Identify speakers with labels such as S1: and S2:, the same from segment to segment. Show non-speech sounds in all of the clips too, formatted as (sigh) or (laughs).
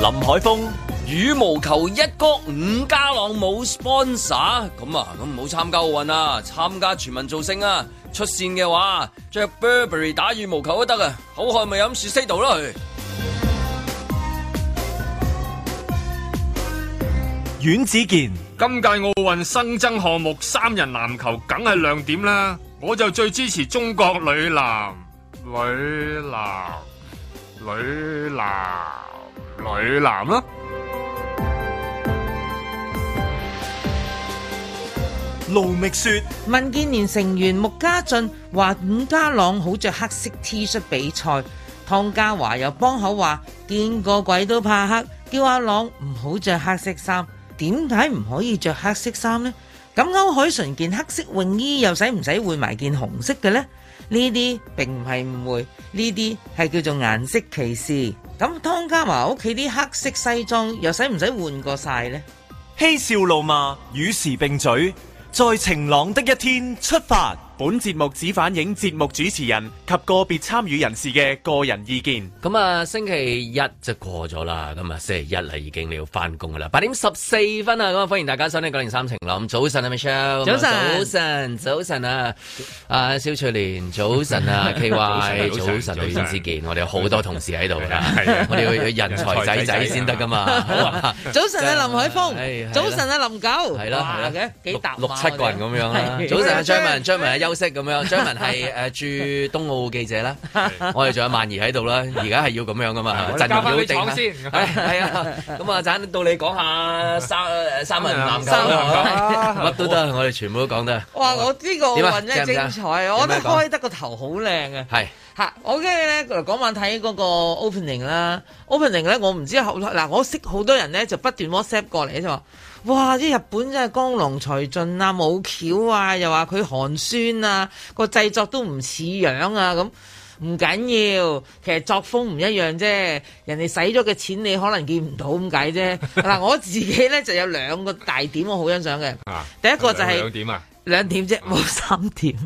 S1: 林海峰，羽毛球一哥伍家朗冇 sponsor，咁啊，咁唔好參加奧運啊，參加全民造星啊，出線嘅話着 Burberry 打羽毛球都得啊，好漢咪飲雪西度啦佢。
S2: 阮子健、
S3: 今屆奧運新增項目三人籃球梗係亮點啦，我就最支持中國女籃、女籃、女籃、女籃啦。
S2: 盧覓雪、
S4: 民建聯成員穆家俊話伍家朗好着黑色 T 恤比賽，湯家華又幫口話見個鬼都怕黑，叫阿朗唔好着黑色衫。點解唔可以着黑色衫呢？咁歐海純件黑色泳衣又使唔使換埋件紅色嘅呢？呢啲並唔係誤會，呢啲係叫做顏色歧視。咁湯家華屋企啲黑色西裝又使唔使換過晒呢？
S2: 嬉笑怒罵，與時並舉，在晴朗的一天出發。
S5: 本節目只反映節目主持人及個別參與人士嘅個人意見。
S6: 咁啊，星期一就過咗啦，咁啊，星期一啦，已經你要翻工噶啦，八點十四分啊，咁啊，歡迎大家收聽九零三晴朗。咁早晨啊，Michelle，
S4: 早晨
S6: 早晨，早晨啊，啊，蕭翠蓮，早
S3: (laughs)
S6: 晨啊，K Y，
S3: 早
S6: 早
S3: 晨
S6: 晨
S3: 早
S6: 啊，
S3: 晨
S6: 阮之健，我哋有好多同事喺度噶
S3: (laughs) 係啊，
S6: 我哋要人才仔仔先
S3: (laughs)
S6: 得噶嘛，
S4: (laughs) 早晨啊，林海峰
S6: 哎係啦，
S4: 早晨啊，林九，
S6: 係啦
S4: 哇
S6: 係啦
S4: 嘅幾
S6: 六
S4: 搭
S6: 六七個人咁樣
S3: (laughs)
S6: 啦。
S4: 係
S6: 早晨啊，張文，張文啊休息咁樣。張文係誒駐東澳記者啦，我哋仲有萬兒喺度啦。而家係要咁樣噶嘛，
S3: 我哋
S6: 陣
S3: 交
S6: 啊容
S3: 返
S6: 要
S3: 俾
S6: 定啦
S3: 廠先
S6: 係係啊，咁啊，陣到你講下三誒三文籃球
S4: 三文籃
S6: 啦，
S3: 啊哦
S6: 乜都得，我哋全部都講得。
S4: (laughs) 哇！我呢個奧
S6: 點啊
S4: 運真係
S6: 正唔
S4: 精
S6: 正
S4: 彩，我覺得
S6: 有咩講
S4: 開得個頭好靚啊！
S6: 係
S4: 嚇！我跟住咧嗰晚睇嗰個 opening 啦，opening 咧我唔知後嗱，我識好多人咧就不斷 WhatsApp 過嚟就話：哇！啲日本真係江郎才盡啊，冇橋啊，又話佢寒酸啊，個製作都唔似樣啊咁。唔緊要，其實作風唔一樣啫。人哋使咗嘅錢你可能見唔到咁解啫。嗱，我自己咧就有兩個大點我好欣賞嘅。
S3: 啊
S4: 第一個就係
S3: 兩點啊，
S4: 兩點啫，冇三點。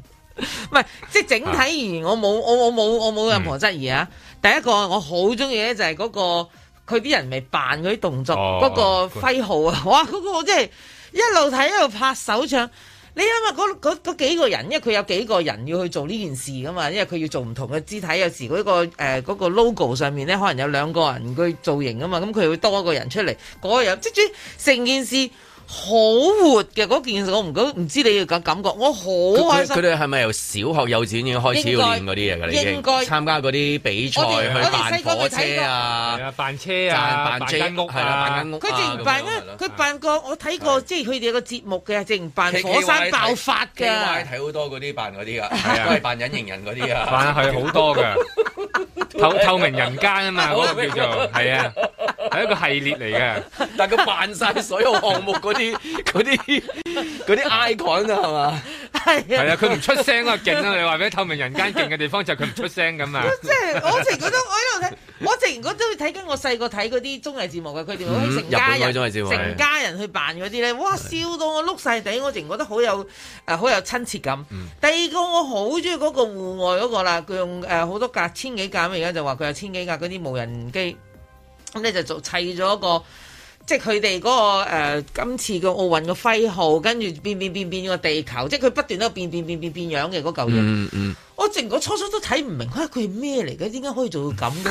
S4: 唔係，即係整體而
S6: 啊
S4: 言，我冇我我冇我冇
S6: 嗯
S4: 任何質疑啊！第一個我好中意咧，就係嗰個佢啲人咪扮嗰啲動作，
S3: 哦
S4: 嗰
S3: 哦
S4: 個揮號啊！哇，嗰個我真係一路睇一路拍手掌。你諗下嗰嗰嗰幾個人，因為佢有幾個人要去做呢件事噶嘛，因為佢要做唔同嘅肢體，有時嗰、個誒嗰、個 logo 上面咧，可能有兩個人佢造型噶嘛，咁佢會多一個人出嚟，嗰、個人即係成件事好活嘅嗰件事，我唔唔知你嘅感覺，我好
S6: 佢
S4: 開
S6: 佢
S4: 心。
S6: 哋係咪由小學幼稚園已經開始要練嗰啲嘢㗎啦？已經
S4: 應該
S6: 參加嗰啲比賽
S4: 我哋我
S6: 去
S4: 哋
S6: 扮
S4: 細個咪
S6: 火
S4: 睇
S6: 車
S4: 過
S6: 啊
S3: 係。啊，扮車啊，
S6: 扮扮
S3: 間屋
S6: 係啦，扮間
S3: 屋。
S6: 屋啊。
S4: 佢淨扮
S6: 咁樣係
S4: 咧
S6: 咯，
S4: 佢扮過我睇過，即係佢哋有個節目嘅，淨扮
S6: K-
S4: 火山
S6: KY
S4: 爆發
S6: 睇 KY
S4: 㗎。
S6: 睇好多嗰啲扮嗰啲
S3: 啊
S6: 啊，都係扮隱形人嗰啲啊。
S3: 扮係好多
S6: (laughs)
S3: 噶， (laughs) 透透明人間啊嘛，嗰個叫做係啊，係一個系列嚟嘅。
S6: 但佢扮晒所有項目嗰啲 (laughs) 嗰啲嗰啲 icon 啊，係嘛？
S4: 係啊
S3: 係啊，佢唔出聲啊，勁啊！你話俾透明人間勁嘅地方就係佢唔出聲 (laughs) 咁啊。
S4: 即係我直覺得我喺度睇，我直覺都睇緊我細個睇嗰啲綜藝節目嘅，佢哋
S6: 嗯
S4: 會成家
S6: 日本嗰啲綜藝節
S4: 人
S6: 目
S4: 成家人去扮嗰啲咧，哇笑到我碌晒地，我直覺得好有誒好有親切感。
S6: 嗯
S4: 第二個我好中意嗰個戶外嗰個啦，佢用誒好多架千幾架，而家就話佢有千幾架嗰啲無人機，咁你就做砌咗個。即係佢哋嗰個、呃、今次嘅奧運嘅徽號，跟住變變變變個地球，即係佢不斷都變變變變變樣嘅嗰嚿嘢。
S6: 嗯嗯，
S4: 我淨我初初都睇唔明，啊佢係咩嚟嘅？點解可以做到咁
S6: (laughs)
S4: 嘅？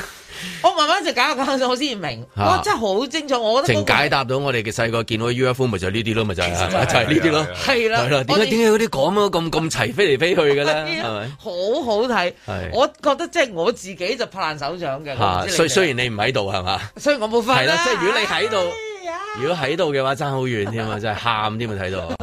S4: 我慢慢就搞下搞下，我先明，
S6: 啊
S4: 我真係好精彩。我覺得
S6: 淨
S4: 嗰個
S6: 解答到我哋嘅細個見到 UFO 咪就係呢啲咯，咪就係就係呢啲咯。
S4: 係啦，
S6: 係啦，點
S4: 我
S6: 解
S4: 哋
S6: 點解嗰啲講到咁咁齊飛嚟飛去嘅
S4: 係
S6: 咧？係
S4: 啊
S6: 咪？
S4: 好好睇
S6: 係？
S4: 我覺得即係我自己就拍爛手掌嘅。我唔
S6: 嚇！
S4: 知你
S6: 雖
S4: 哋
S6: 雖然你啊唔喺度係嘛，
S4: 雖然我冇翻
S6: 係啦即係如果你喺度
S4: 哎呀
S6: 如果喺度嘅話爭好遠添啊，真係喊添啊睇到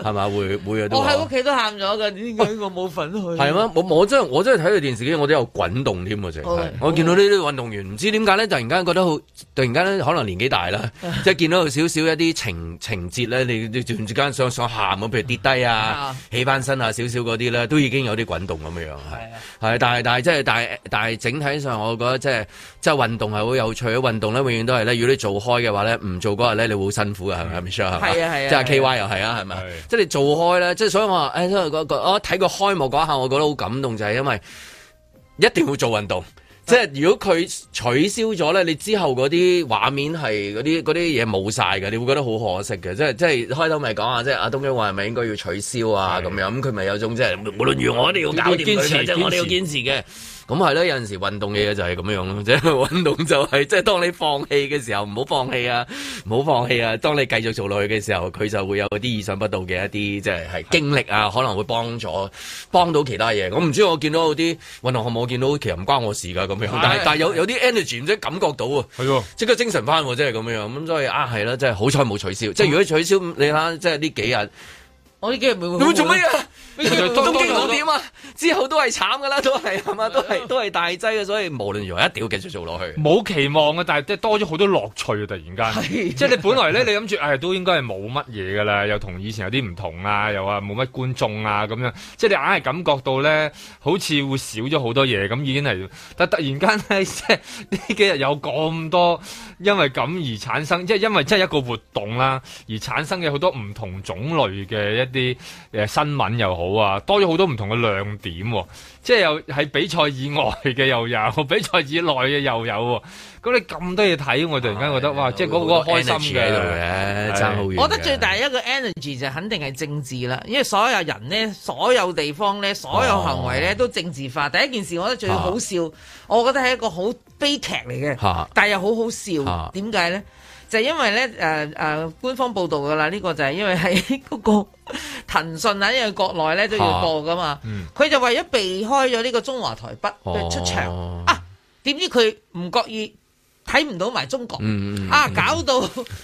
S6: 係嘛？會會啊都
S4: (laughs) 我
S6: 話。
S4: 喺屋企都喊咗㗎，點解我冇份去？
S6: 係嗎？我我真係我真係睇佢電視機，我都有滾動添喎，淨
S4: 哦
S6: 係我見到呢啲運動員，唔知點解咧，突然間覺得好，突然間咧可能年紀
S4: (laughs)
S6: 大啦，即係見到有少少一啲情情節咧，你你突然之間想想喊咁，譬如跌低啊
S4: 啊，
S6: 起翻身啊，少少嗰啲咧，都已經有啲滾動咁樣樣
S4: 啊
S6: 係係，但係但係即係但係但係整體上，我覺得即係即係運動係好有趣嘅運動咧，永遠都係咧，如果你做開嘅話咧，唔做嗰日咧，你會好辛苦嘅，係咪 Michelle？係嘛
S4: 係啊係啊
S6: 即
S4: 係
S6: 係
S4: 啊
S6: K Y 又係啊，係咪
S3: 係？
S6: 即係你做開咧，即係所以我話，誒，因為嗰個我睇個開幕嗰一下，我覺得好感動，就係因為一定要做運動。即係如果佢取消咗咧，你之後嗰啲畫面係嗰啲嗰啲嘢冇晒嘅，你會覺得好可惜嘅。即係即係開頭咪講啊，即係阿東京話係咪應該要取消啊咁樣？咁佢咪有種即係無論如何我哋要搞掂佢嘅，即係我哋要堅持嘅。咁係咯，有陣時運動嘅嘢就係咁樣咯，即 (laughs) 係運動就係、即係當你放棄嘅時候，唔好放棄啊，唔好放棄啊！當你繼續做落去嘅時候，佢就會有啲意想不到嘅一啲即係係經歷啊，可能會幫助幫到其他嘢。我唔知我見到有啲運動項目，我見到其實唔關我事㗎咁樣，但係但係有有啲 energy 唔知感覺到啊，
S3: 係喎
S6: 即刻精神翻喎，即係咁樣咁，所以啊係啦，即係好彩冇取消。即係如果取消，你睇下即係呢幾日。
S4: 我呢幾日會
S6: 咁做乜啊？
S4: 就
S6: 東京好點啊？之後都係慘噶啦，都係係嘛，都係都係大劑嘅，所以無論如何一定要繼續做落去。
S3: 冇期望嘅，但係即係多咗好多樂趣啊！突然間，即係你本來咧，你諗住誒都應該係冇乜嘢噶啦，又同以前有啲唔同啊，又話冇乜觀眾啊咁樣，即係你硬係感覺到咧，好似會少咗好多嘢咁，已經係，但突然間咧，即係呢幾日有咁多因為咁而產生，即係因為即係一個活動啦，而產生嘅好多唔同種類嘅一啲誒、呃新聞又好啊，多咗好多唔同嘅亮點喎、即係又喺比賽以外嘅又有， (laughs) 比賽以內嘅又有喎、咁你咁多嘢睇，我突然間覺得哇！即係嗰個開心
S6: 喺度
S3: 嘅，
S6: 嘅，
S3: 係
S6: 爭好遠。
S4: 我覺得最大一個 energy 就肯定係政治啦，因為所有人呢，所有地方呢，所有行為呢都政治化。第一件事我覺得最好笑，我覺得係一個好悲劇嚟嘅，
S6: 嚇
S4: 但係又好好笑
S6: 嚇。
S4: 點解呢？就係因為呢，誒、誒、官方報道噶啦，呢、個就係因為喺 (laughs) 嗰個騰訊啊，因嗯為國內呢都要播噶嘛，佢、就為咗避開咗呢個中華台北嘅出場、
S6: 哦
S4: 啊，點知佢唔覺意睇唔到埋中國。
S6: 嗯，嗯
S4: 啊，搞到 (laughs)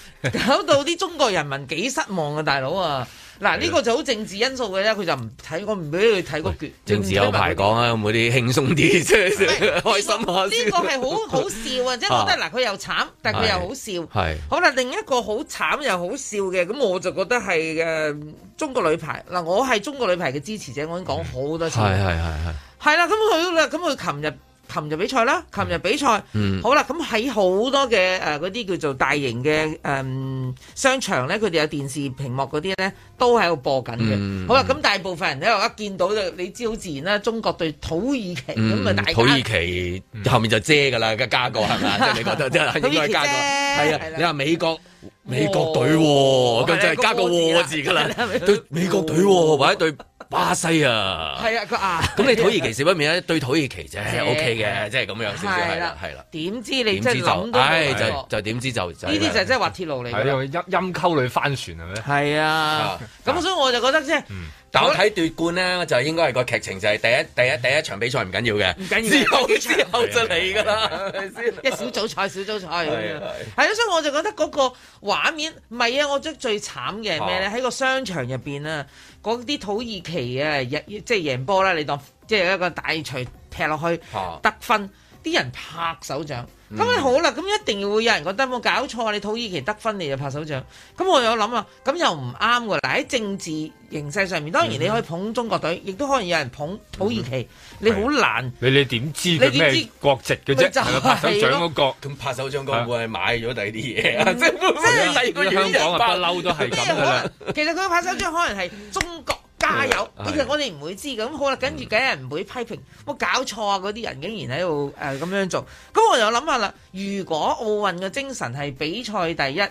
S4: 搞到啲中國人民幾失望啊，大佬啊！嗱，呢個就好政治因素嘅啫，佢就唔睇，我唔俾佢睇嗰橛。
S6: 政治有排講啊，有冇啲輕 (laughs) 鬆啲，即係開心下
S4: 呢個係
S6: (laughs)
S4: 好好笑啊！即係覺得嗱，佢又慘，但係佢又好笑。
S6: 係
S4: 好啦，另一個好慘又好笑嘅，咁我就覺得係誒中國女排嗱，我係中國女排嘅支持者，我已經講好多次。
S6: 係係係係，
S4: 係啦，咁佢啦，咁佢琴日琴日比賽啦，琴日比賽，
S6: 嗯
S4: 好啦，咁喺好多嘅誒嗰啲叫做大型嘅誒、嗯商場咧，佢哋有電視屏幕嗰啲咧，都喺度播緊嘅。
S6: 嗯
S4: 好啦，咁大部分人喺度一見到就你知好自然啦，中國對土耳其咁啊，
S6: 嗯
S4: 大家
S6: 土耳其後面就遮㗎啦，加個
S4: (laughs)
S6: 係咪？即係你覺得即係應該加
S4: 啫
S6: 個係啊
S4: 係？啦
S6: 你話美國。美國隊喎，咁就係加個喎字㗎啦
S4: 係啦。
S6: 對美國隊喎，或者對巴西
S4: (laughs)
S6: 啊，
S4: 係啊，佢啊，
S6: 咁你土耳其少不免咧，對土耳其
S4: (laughs)
S6: 啫
S4: 係啊
S6: ，OK 嘅，即係咁樣少少係
S4: 係
S6: 啦
S4: 啦，
S6: 係啦。
S4: 點知你
S6: 點
S4: 真
S6: 知
S4: 係
S6: 就
S4: 諗，到
S6: 唉，
S4: 呢
S6: 就就點知就就
S4: 啲就真係滑鐵路嚟㗎
S3: 係
S4: 啦。
S3: 因為陰陰溝裏翻船係咪？
S4: 係啊，咁所以我就覺得即係。
S6: 嗯但我睇奪冠咧，就應該係個劇情就係第一第一第一場比賽唔緊要嘅，
S4: 嗯唔緊要
S6: 之後之後就嚟㗎
S4: (laughs)
S6: 啦，係咪先？
S4: 一小組賽、小組賽咁
S6: 係
S4: 樣，
S6: 係
S4: 係咯，所以我就覺得嗰個畫面，唔係啊！我覺得最慘嘅係咩咧？喺個商場入邊啊，嗰啲土耳其啊，日即係贏波啦，你當即係一個大錘劈落去
S6: 啊
S4: 得分，啲人拍手掌。
S6: 嗯
S4: 咁你好啦，咁一定會有人覺得冇搞錯，你土耳其得分你就拍手掌。咁我有諗啊，咁又唔啱喎。嗱喺政治形勢上面，當然你可以捧中國隊，亦都可能有人捧土耳
S6: 嗯
S4: 其，你好難。
S3: 你你點知
S4: 你點
S3: 佢
S4: 知
S3: 咩國籍嘅
S4: 咪
S3: 啫？
S4: 就係
S3: 係咪拍手掌嗰個。
S6: 咁拍手掌嗰個係買咗第二啲
S4: 嗯
S6: 嘢啊，即係即係第二個原
S3: 香
S6: 因
S3: 港啊，
S6: 拍
S3: 不嬲都係
S4: 即係
S3: 咁
S4: 可
S3: 噶啦。
S4: 能其實佢拍手掌可能係中國加油，
S6: 係
S4: 其實我哋唔會知咁好啦。跟住梗有人唔會批評，我搞錯啊！嗰啲人竟然喺度誒咁樣做，咁我就諗下啦。如果奧運嘅精神係比賽第一，啊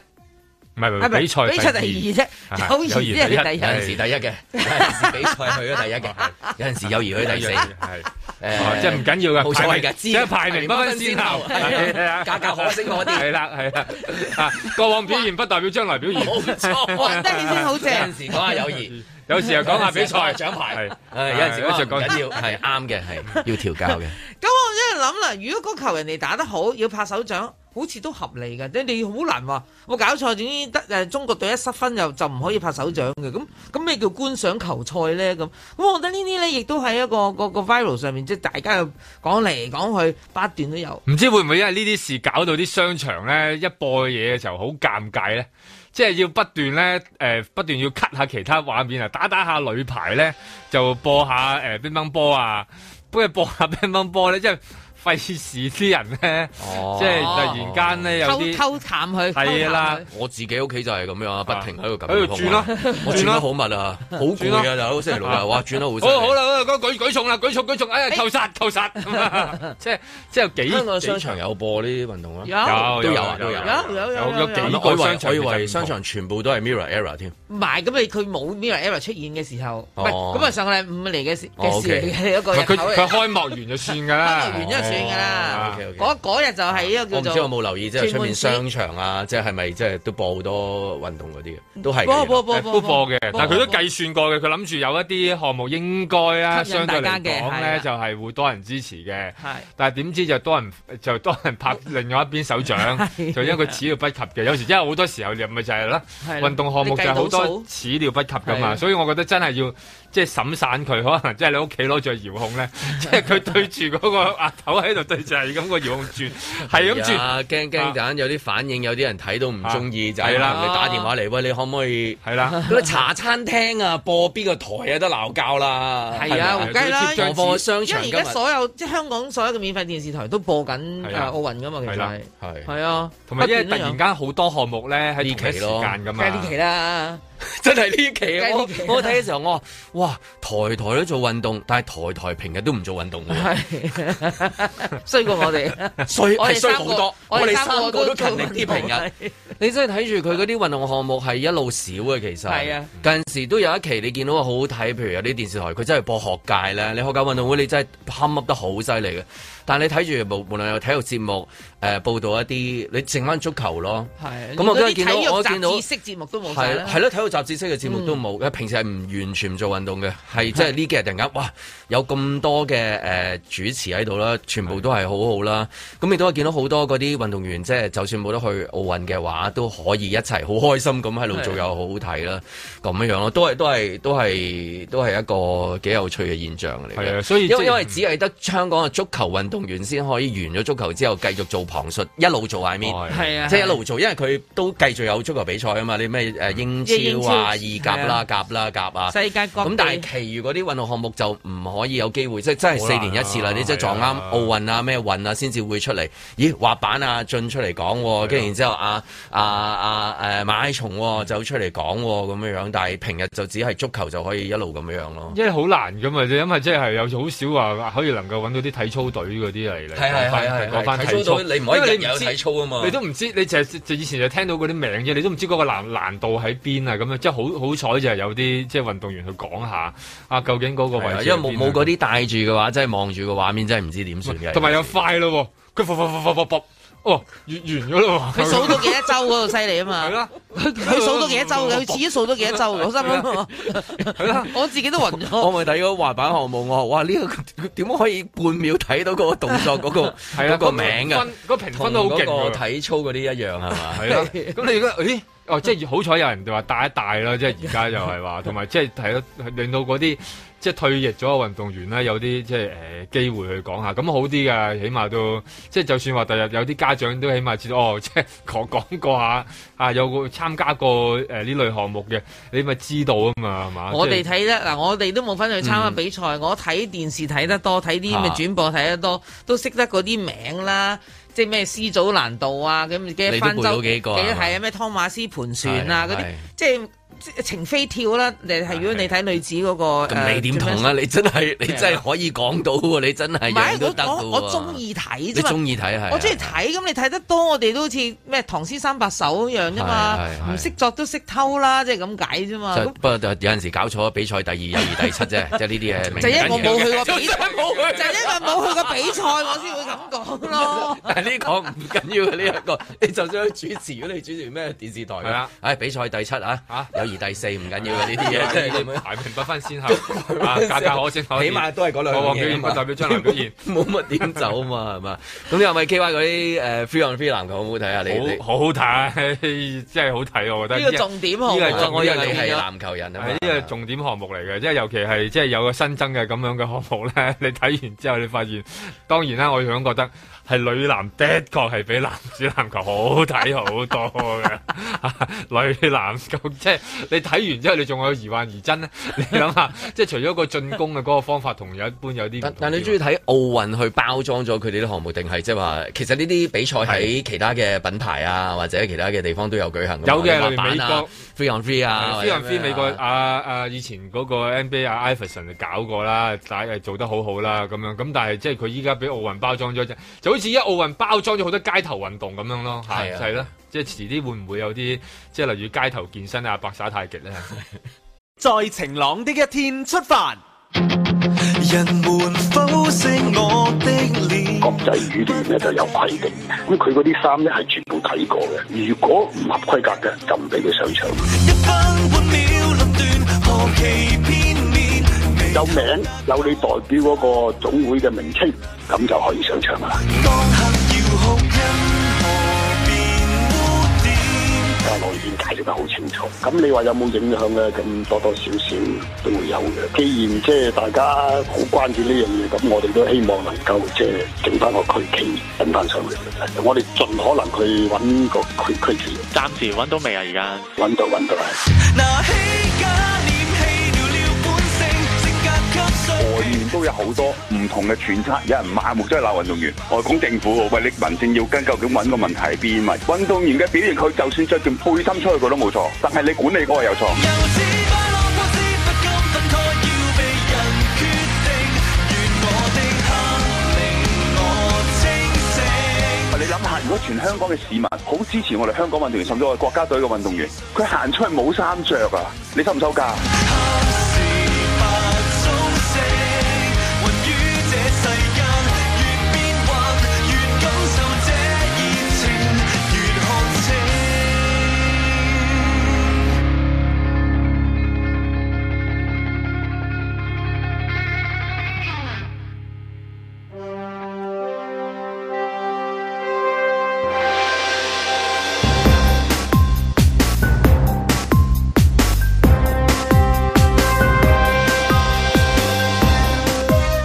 S3: 唔係唔
S4: 唔
S3: 係
S4: 係
S3: 比賽
S4: 比賽第二
S3: 係
S4: 啫，友誼
S3: 友
S4: 先
S3: 誼第一
S4: 啊係第
S6: 有
S4: 一。
S6: 陣時第一嘅，有陣時比賽去咗第一嘅，有陣時幼兒去第四，
S3: 係哦
S6: 誒
S3: 啊即係唔緊要嘅，
S6: 冇所謂
S3: 排
S6: 嘅，
S3: 名即係排名不分先後，係啊
S6: 價格可升可跌。
S3: 係啦係啦，啊過往
S6: (laughs)
S3: 表現不代表將來表現，
S6: 冇錯，啊
S4: 哇 (laughs) 得你先好正
S6: 有陣時講下友誼，
S3: 有時又講下比賽
S6: 有陣時又講下獎牌
S3: 係
S6: 誒有陣時
S3: 一直
S6: 講下唔
S3: 講
S6: 緊要，係啱嘅，係要調教嘅。
S4: 咁我真係諗啦，如果嗰球人哋打得好，要拍手掌。好似都合理嘅，你你好難話我搞錯，總之得誒中國隊一失分又就唔可以拍手掌嘅，咁咁咩叫觀賞球賽咧？咁咁我覺得呢啲咧亦都喺一個個個 viral 上面，即係大家又講嚟講去，不斷都有。
S3: 唔知會唔會因為呢啲事搞到啲商場咧一播嘢嘅時候好尷尬咧？即係要不斷咧，誒、不斷要 cut 下其他畫面啊，打打下女呃排咧就播下誒乒乓波啊，不過播下乒乓波咧，即係費事啲人咧，即係突然間咧有
S4: 偷
S3: 啲
S4: 偷探佢，
S3: 係啦
S4: 偷探佢，
S6: 我自己屋企就係咁樣啊，不停喺度撳
S3: 喺度轉啦
S6: 空啊我轉
S3: 轉啦
S6: 得好密啊，好攰啊，大佬星期六日，哇，轉得好犀利
S3: 好好啦，好啦，嗰個舉舉重啦，舉重舉重，哎呀，扣殺扣
S4: (laughs)
S3: 殺，咁啊即係即係有幾
S6: 香港商場有播呢啲運動啊？
S4: 有
S6: 都有啊都有
S4: 有有有
S3: 有
S4: 有
S3: 幾
S6: 我以
S3: 個
S6: 為
S3: 商場
S6: 我以
S3: 其實
S6: 為
S3: 唔
S6: 商
S3: 同
S6: 場全部都係 Mirror Era 添，
S4: 唔係咁你佢冇 Mirror Era 出現嘅時候，唔係
S6: 哦
S4: 咁啊上個禮五嚟嘅事
S6: 哦
S4: 嘅事嚟嘅一個
S3: 唔
S4: 入
S3: 係佢
S4: 口嚟
S3: 佢開幕完就算㗎啦，
S4: 翻嚟完咗就算㗎啦
S3: 哦。
S6: 啊 OK，OK
S4: 嗰嗰日就係呢
S6: 我
S4: 個
S6: 唔
S4: 叫
S6: 知有
S4: 做
S6: 冇留意，即係出面
S4: 轉
S6: 商
S4: 換
S6: 場啊，即係係咪即係都播好多運動嗰啲嘅，都係嘅。
S4: 波波
S3: 誒
S4: 波
S3: 都播嘅，但係佢都計算過嘅，佢諗住有一啲項目應該啊，
S4: 吸
S3: 相
S4: 引
S3: 對
S4: 大
S3: 嚟
S4: 家嘅
S3: 講
S4: 係
S3: 咧
S4: 啦
S3: 就係會多人支持嘅。
S4: 係
S3: 但係點知就多人 (laughs) 就多人拍另外一邊手
S4: (laughs)
S3: 掌，就因為佢始料不及嘅。有時因為好多時候你咪就係啦，
S4: 係啦
S3: 運動項目就係好多始料不及噶
S4: 係
S3: 嘛，
S4: 啊
S3: 所以我覺得真係要即係審散佢，可能即係你屋企攞住個遙
S4: (laughs)
S3: 控咧，即係佢對住嗰個額頭喺度對住係咁個遙控轉，係咁轉。啊
S6: 啊，驚驚蛋有啲反應，有啲人睇到唔中意就係
S3: 係啦
S6: 啦，你打電話嚟，喂，你可唔可以？
S3: 係啦，
S6: 嗰啲茶餐廳啊，播邊個台啊，得鬧交啦。
S4: 係啊，
S3: 係咪
S4: 梗係啦
S3: 佢貼張紙
S6: 我放商
S4: 因
S6: 場
S4: 為而
S6: 今日
S4: 家所有即係香港所有嘅免費電視台都播緊誒
S3: 係啦
S4: 奧運㗎嘛，其實
S3: 係啦
S4: 係
S6: 啊係
S4: 係啊，
S3: 同埋因為
S4: 不斷
S3: 突
S4: 都有
S3: 然間好多項目咧喺同一時間噶嘛
S4: 梗係，呢期啦，
S6: (laughs) 真係呢
S4: 梗係呢
S6: 期
S4: 期
S6: 啊我我睇嘅時候，我話哇，台台都做運動，但係台台平日都唔做運動喎，
S4: 係 (laughs) 衰過我哋。
S6: 衰
S4: 我
S6: 係
S4: 哋
S6: 衰
S4: 三
S6: 好
S4: 個
S6: 多。我
S4: 我哋
S6: 哋
S4: 三個
S6: 三個都
S4: 都
S6: 勤
S4: 做
S6: 力啲
S4: 運
S6: 平
S4: 動
S6: 日。你真係睇住佢嗰啲運動項目係一路少嘅，其實
S4: 係啊，
S6: 近時都有一期你見到好好睇，譬如有啲電視台佢真係播學界咧，你學界運動會你真係堪噏得好犀利嘅。但係你睇住無無論有體育節目，誒、報道一啲，你剩翻足球咯，
S4: 係
S6: 咁我
S4: 連
S6: 今日
S4: 嗰啲
S6: 見到
S4: 體育
S6: 我見到
S4: 雜誌式節目都冇晒
S6: 係
S4: 啦，
S6: 係咯，體育雜誌式嘅節目都
S3: 嗯
S6: 冇，佢平時係唔完全做運動嘅，係即係呢幾日突然間，哇，有咁多嘅誒、呃主持喺度啦，全部都係好好啦。咁亦都係見到好多嗰啲運動員，即係就算冇得去奧運嘅話，都可以一齊好開心咁喺度做又好好睇啦，咁樣樣咯，都係都係都係都係一個幾有趣嘅現象嚟
S3: 係
S6: 嘅
S3: 啊，。所以
S6: 因
S3: 即係
S6: 為因為只係得香港嘅足球運動員先可以完咗足球之後繼續做旁述，一路做外面。
S3: 哦
S4: 係嗯啊，
S6: 即係一路做，因為佢都繼續有足球比賽啊嘛，你咩誒英超啊、
S4: 即
S6: 意甲啦、甲啦、甲啊。
S4: 世界各地
S6: 咁但係其餘嗰啲運動項目就唔可以有機會，即係真係四年一次啦
S3: 好。難啊
S6: 你即係撞
S3: 係
S6: 啱
S3: 啊
S6: 奧運啊、咩運啊，先至會出嚟。咦，滑板啊，進出嚟講喎，跟住然之後啊啊啊誒馬拉松喎就出嚟講喎咁樣樣，但係平日就只係足球就可以一路咁樣樣咯。
S3: 因為好難噶嘛，因為即係有好少話啊可以能夠揾到啲體操隊嗰啲嚟嚟講
S6: 係係係
S3: 翻
S6: 係
S3: 講翻
S6: 係，
S3: 體
S6: 體
S3: 操
S6: 操，隊你唔可以
S3: 因為
S6: 日
S3: 你
S6: 日
S3: 唔
S6: 有
S3: 知
S6: 體操啊嘛。
S3: 你都唔知，你就係就以前就聽到嗰啲名啫，你都唔知嗰個難難度喺邊啊！咁樣即係好好彩就係有啲即係運動員去講下啊，究竟嗰個
S6: 係啊
S3: 位置
S6: 因為冇冇
S3: 喺
S6: 嗰
S3: 邊
S6: 啲帶住嘅話，真係望住個畫面真係唔知點算嘅
S3: 啊，。同埋又快咯喎，佢伏伏伏伏伏伏，哦，完完咗咯
S6: 啊
S3: 喎，
S4: 佢數到幾多周嗰度犀利啊
S3: 係
S4: 嘛，
S3: 啦，
S4: 佢佢數到幾多周嘅，佢自己數到幾多周嘅，我心
S6: 啊
S4: 諗，
S3: 係啦，
S4: (laughs) 我自己都暈
S6: (laughs) 我
S4: 咗。
S6: 咪睇嗰個滑板項目，我話哇呢、個點可以半秒睇到嗰個動作 (laughs) 嗰、個
S3: 係啦，
S6: 嗰個名
S3: 嗰
S6: 啊
S3: 個評分，嗰個評
S6: 同
S3: 分都好勁
S6: 嗰個
S3: 㗎喎
S6: 體操嗰啲一樣
S3: (laughs)
S6: 係嘛？
S3: 係啦，咁
S6: (laughs)
S3: 你而家，咦？哦，即係好彩有人就話帶一帶啦，即係而家就係話，同埋即係係咯，令到嗰啲即係退役咗嘅運動員咧，有啲即係誒、呃、機會去講下，咁好啲㗎，起碼都即係就算話第日有啲家長都起碼知道，哦， (laughs) 即係講講過下啊，有個參加過誒呢、類項目嘅，你咪知道啊嘛，係嘛？
S4: 我哋
S3: 即係啊
S4: 睇得嗱，我哋都冇份去參加
S6: 嗯
S4: 比賽，我睇電視睇得多，睇啲咁嘅
S6: 啊
S4: 轉播睇得多，都識得嗰啲名啦。即係咩斯祖蘭道啊，咁嘅
S6: 你都
S4: 翻
S6: 背到
S4: 州
S6: 幾個啊係嘛
S4: 係啊，咩湯馬斯盤旋啊，
S6: 係
S4: 嗰啲
S6: 係
S4: 即係即係情飛跳啦。你係如果你睇女子嗰個
S6: 咁你點同
S4: 啊？
S6: 啊？你真係你真係可以講到喎，你真係
S4: 唔
S6: 樣
S4: 係
S6: 都得
S4: 我
S6: 嘅
S4: 我
S6: 喎。
S4: 我中意睇
S6: 你
S4: 啫嘛。
S6: 中意睇係啊？
S4: 我中意睇，咁你睇得多，我哋都好似咩唐詩三百首一樣啫嘛
S6: 係係，係
S4: 唔識作都識偷啦，即係咁解啫嘛。
S6: 就。 (laughs)
S4: 咁
S6: 不過有陣時搞錯比賽第二、有二、
S4: (laughs)
S6: 第七啫，即係呢啲嘢明
S4: 就因為
S6: 緊
S4: 我
S6: 要
S4: 冇
S6: 嘅
S4: 去過比賽，
S6: 就真係冇去
S4: 就因為冇去過比賽，我先會咁講咯。
S6: (laughs) 但係呢個唔緊要嘅呢一個， (laughs) 你就算去主持，如果你主持咩電視台嘅，
S3: 係啊
S6: 唉比賽第七啊
S3: 啊，
S6: 友誼第四唔緊要嘅呢啲
S3: (laughs)
S6: 嘢，即係咁樣
S3: 排名不分先後，
S6: (laughs)
S3: 啊，價格可先可以
S6: 起碼都係嗰兩樣嘢啊嘛
S3: 過往表現不代表將來表現，
S6: (laughs) 冇乜點走啊嘛，係嘛？咁你係咪 K Y 嗰啲誒 free on free 籃球好唔好睇啊？你你
S3: 好好睇，真係好睇，我覺得
S4: 呢個重點好，啊
S3: 呢個係
S6: 我
S3: 重
S4: 我
S6: 我以
S3: 點呢
S6: 為
S3: 個
S6: 你係
S4: 係
S6: 籃球人啊嘛
S3: 係呢個重點項目嚟嘅，即係尤其係即係有個新增嘅咁樣嘅項目咧， (laughs) 你睇完之後你發現，當然啦，我想覺得係女籃 (laughs) 的確係比男子籃球好睇好多嘅，女籃咁即係你睇完之後，你仲有疑幻疑真咧？你諗下，即係除咗個進攻嘅嗰個方法同有一般有啲唔同之
S6: 但但你
S3: 外
S6: 中意睇奧運去包裝咗佢哋啲項目，定係即係話其實呢啲比賽喺其他嘅品牌啊，或者其他嘅地方都有舉行㗎嘛。
S3: 有嘅
S6: 你滑板啊
S3: 例
S6: free on free 啊，
S3: 飛人
S6: 或者咩
S3: 飛
S6: 啊
S3: 美國啊啊！以前嗰個 NBA 啊 Iverson 就搞過啦，打誒做得好好啦咁樣。咁但係即係佢依家俾奧運包裝咗啫，就好似依家奧運包裝咗好多街頭運動咁樣咯，係
S6: 係啊
S3: 就係啦。即係遲啲會唔會有啲即係例如街頭健身啊、白耍太極
S6: (laughs)
S3: 咧？
S2: 在晴朗的一天出發。人們剖析我的臉，
S7: 國際羽聯咧就有規定，咁佢嗰啲衫咧係全部睇過嘅，如果唔合規格嘅就唔俾佢上場。
S2: 一分半秒論斷，何其片面。
S7: 有名有你代表嗰個總會嘅名稱，咁就可以上場噶啦。
S2: 當刻要哭，因何變污點？
S7: 家內先解釋得好清楚，咁你話有冇影響咧？咁多多少少都會有嘅。既然即係大家好關注呢樣嘢，咁我哋都希望能夠即係整翻個區旗引翻上去。我哋盡可能去揾個區區旗，
S8: 暫時揾到未啊？而家
S7: 揾到揾到啦。
S2: 拿起假念，棄掉了本性，性格給誰？
S9: 外面都有好多唔同嘅揣測，有人盲目真係鬧運動員，外港政府喂你民政要跟，究竟揾個問題喺邊咪？運動員嘅表現，佢就算着件背心出去，佢都冇錯，但係你管理嗰個有錯。
S2: 又似快樂或是不甘分開，要被人決定。願我的黑令我清醒。
S9: 你諗下，如果全香港嘅市民好支持我哋香港運動員，甚至我哋國家隊嘅運動員，佢行出去冇衫着啊，你收唔收假？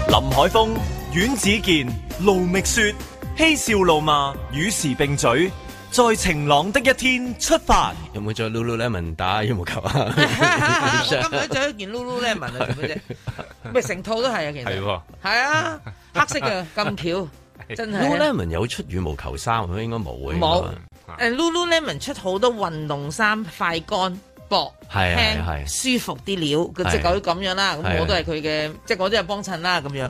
S2: 林海峰、阮子健、盧覓雪，嬉笑怒罵，與時並嘴，在晴朗的一天出發。
S6: 有冇着 Lululemon 打羽毛球啊？
S4: 我今日着一件 Lululemon 啊，做乜
S6: (laughs)
S4: 啫？ (laughs) 咪成套都係啊，其
S3: 係
S4: 實
S3: 喎
S4: 係啊，黑色嘅咁
S3: (laughs)
S4: 巧，真係啊。
S6: Lululemon 有出羽毛球衫，佢應該冇嘅。
S4: 冇
S6: 應
S3: 啊
S4: 誒 Lululemon 出好多運動衫，快乾薄。
S6: 係係係
S4: 輕舒服啲料，佢即
S6: 係
S4: 係佢咁樣啦。
S6: 係
S4: 咁我都係佢嘅，即係我都係幫襯啦咁樣。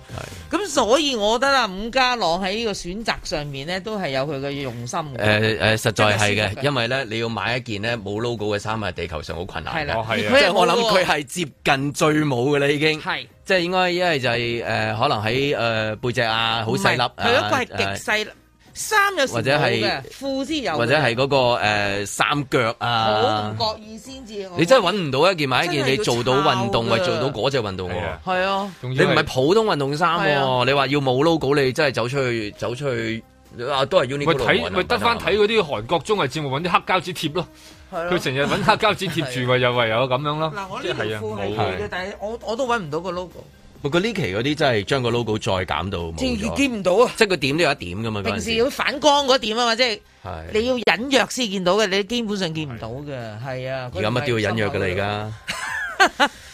S4: 咁所以我覺得啦，伍家朗喺呢個選擇上面咧，都係有佢嘅用心嘅。
S6: 該誒誒，實在係
S4: 真係舒服
S6: 嘅，
S4: 嘅
S6: 因為咧你要買一件咧冇 logo 嘅衫喺啊地球上好困難
S4: 係
S6: 嘅
S4: 啦，。
S3: 哦
S4: 而
S3: 係啊
S6: 即
S4: 佢
S6: 係
S4: 係
S6: 我諗
S4: 冇
S6: 佢
S4: 喎
S6: 係接近最冇嘅啦，已經。
S4: 係。
S6: 即係應該一係就係誒，可能喺誒背脊啊，好細粒啊。
S4: 唔係佢嗰個係極
S6: 誒
S4: 細粒，衫有時
S6: 或者
S4: 冇
S6: 係
S4: 嘅，褲先有嘅，
S6: 或者係嗰個誒三腳
S4: 好
S6: 啊
S4: 唔。覺意先至。
S6: 你真係揾唔到一件買一件
S4: 真係
S6: 你
S4: 要
S6: 做到運動，
S4: 抄㗎
S6: 或者做到嗰隻運動
S3: 係
S6: 喎
S3: 啊。
S4: 係啊，
S3: 仲
S6: 你
S3: 要
S6: 唔係普通運動衫
S4: 係
S6: 喎，
S4: 啊
S6: 你話要冇 logo，你真係走出去走出去啊，都係 Uniqlo
S3: 咪
S6: 揾啊
S3: 睇咪得翻睇。嗰啲韓國綜藝節目揾啲黑膠紙貼咯，
S4: 係
S3: 佢
S4: 咯。
S3: 成日揾黑膠紙貼
S6: (laughs)
S3: 住咪又唯有咁樣咯。
S4: 嗱，我
S3: 即
S4: 呢條褲係
S3: 冇
S4: 佢嘅，但係我我都揾唔到個 logo，
S6: 不過呢期嗰啲真係將個 logo 再減到冇
S4: 即係
S6: 咗，
S4: 見唔到啊！
S6: 即係佢點都有一點噶嘛。嗰
S4: 平
S6: 陣時
S4: 時要反光嗰點啊嘛，即係
S6: 係
S4: 你要隱約先見到嘅，你基本上見唔到嘅，係啊。
S6: 而家乜都要隱約㗎啦，而家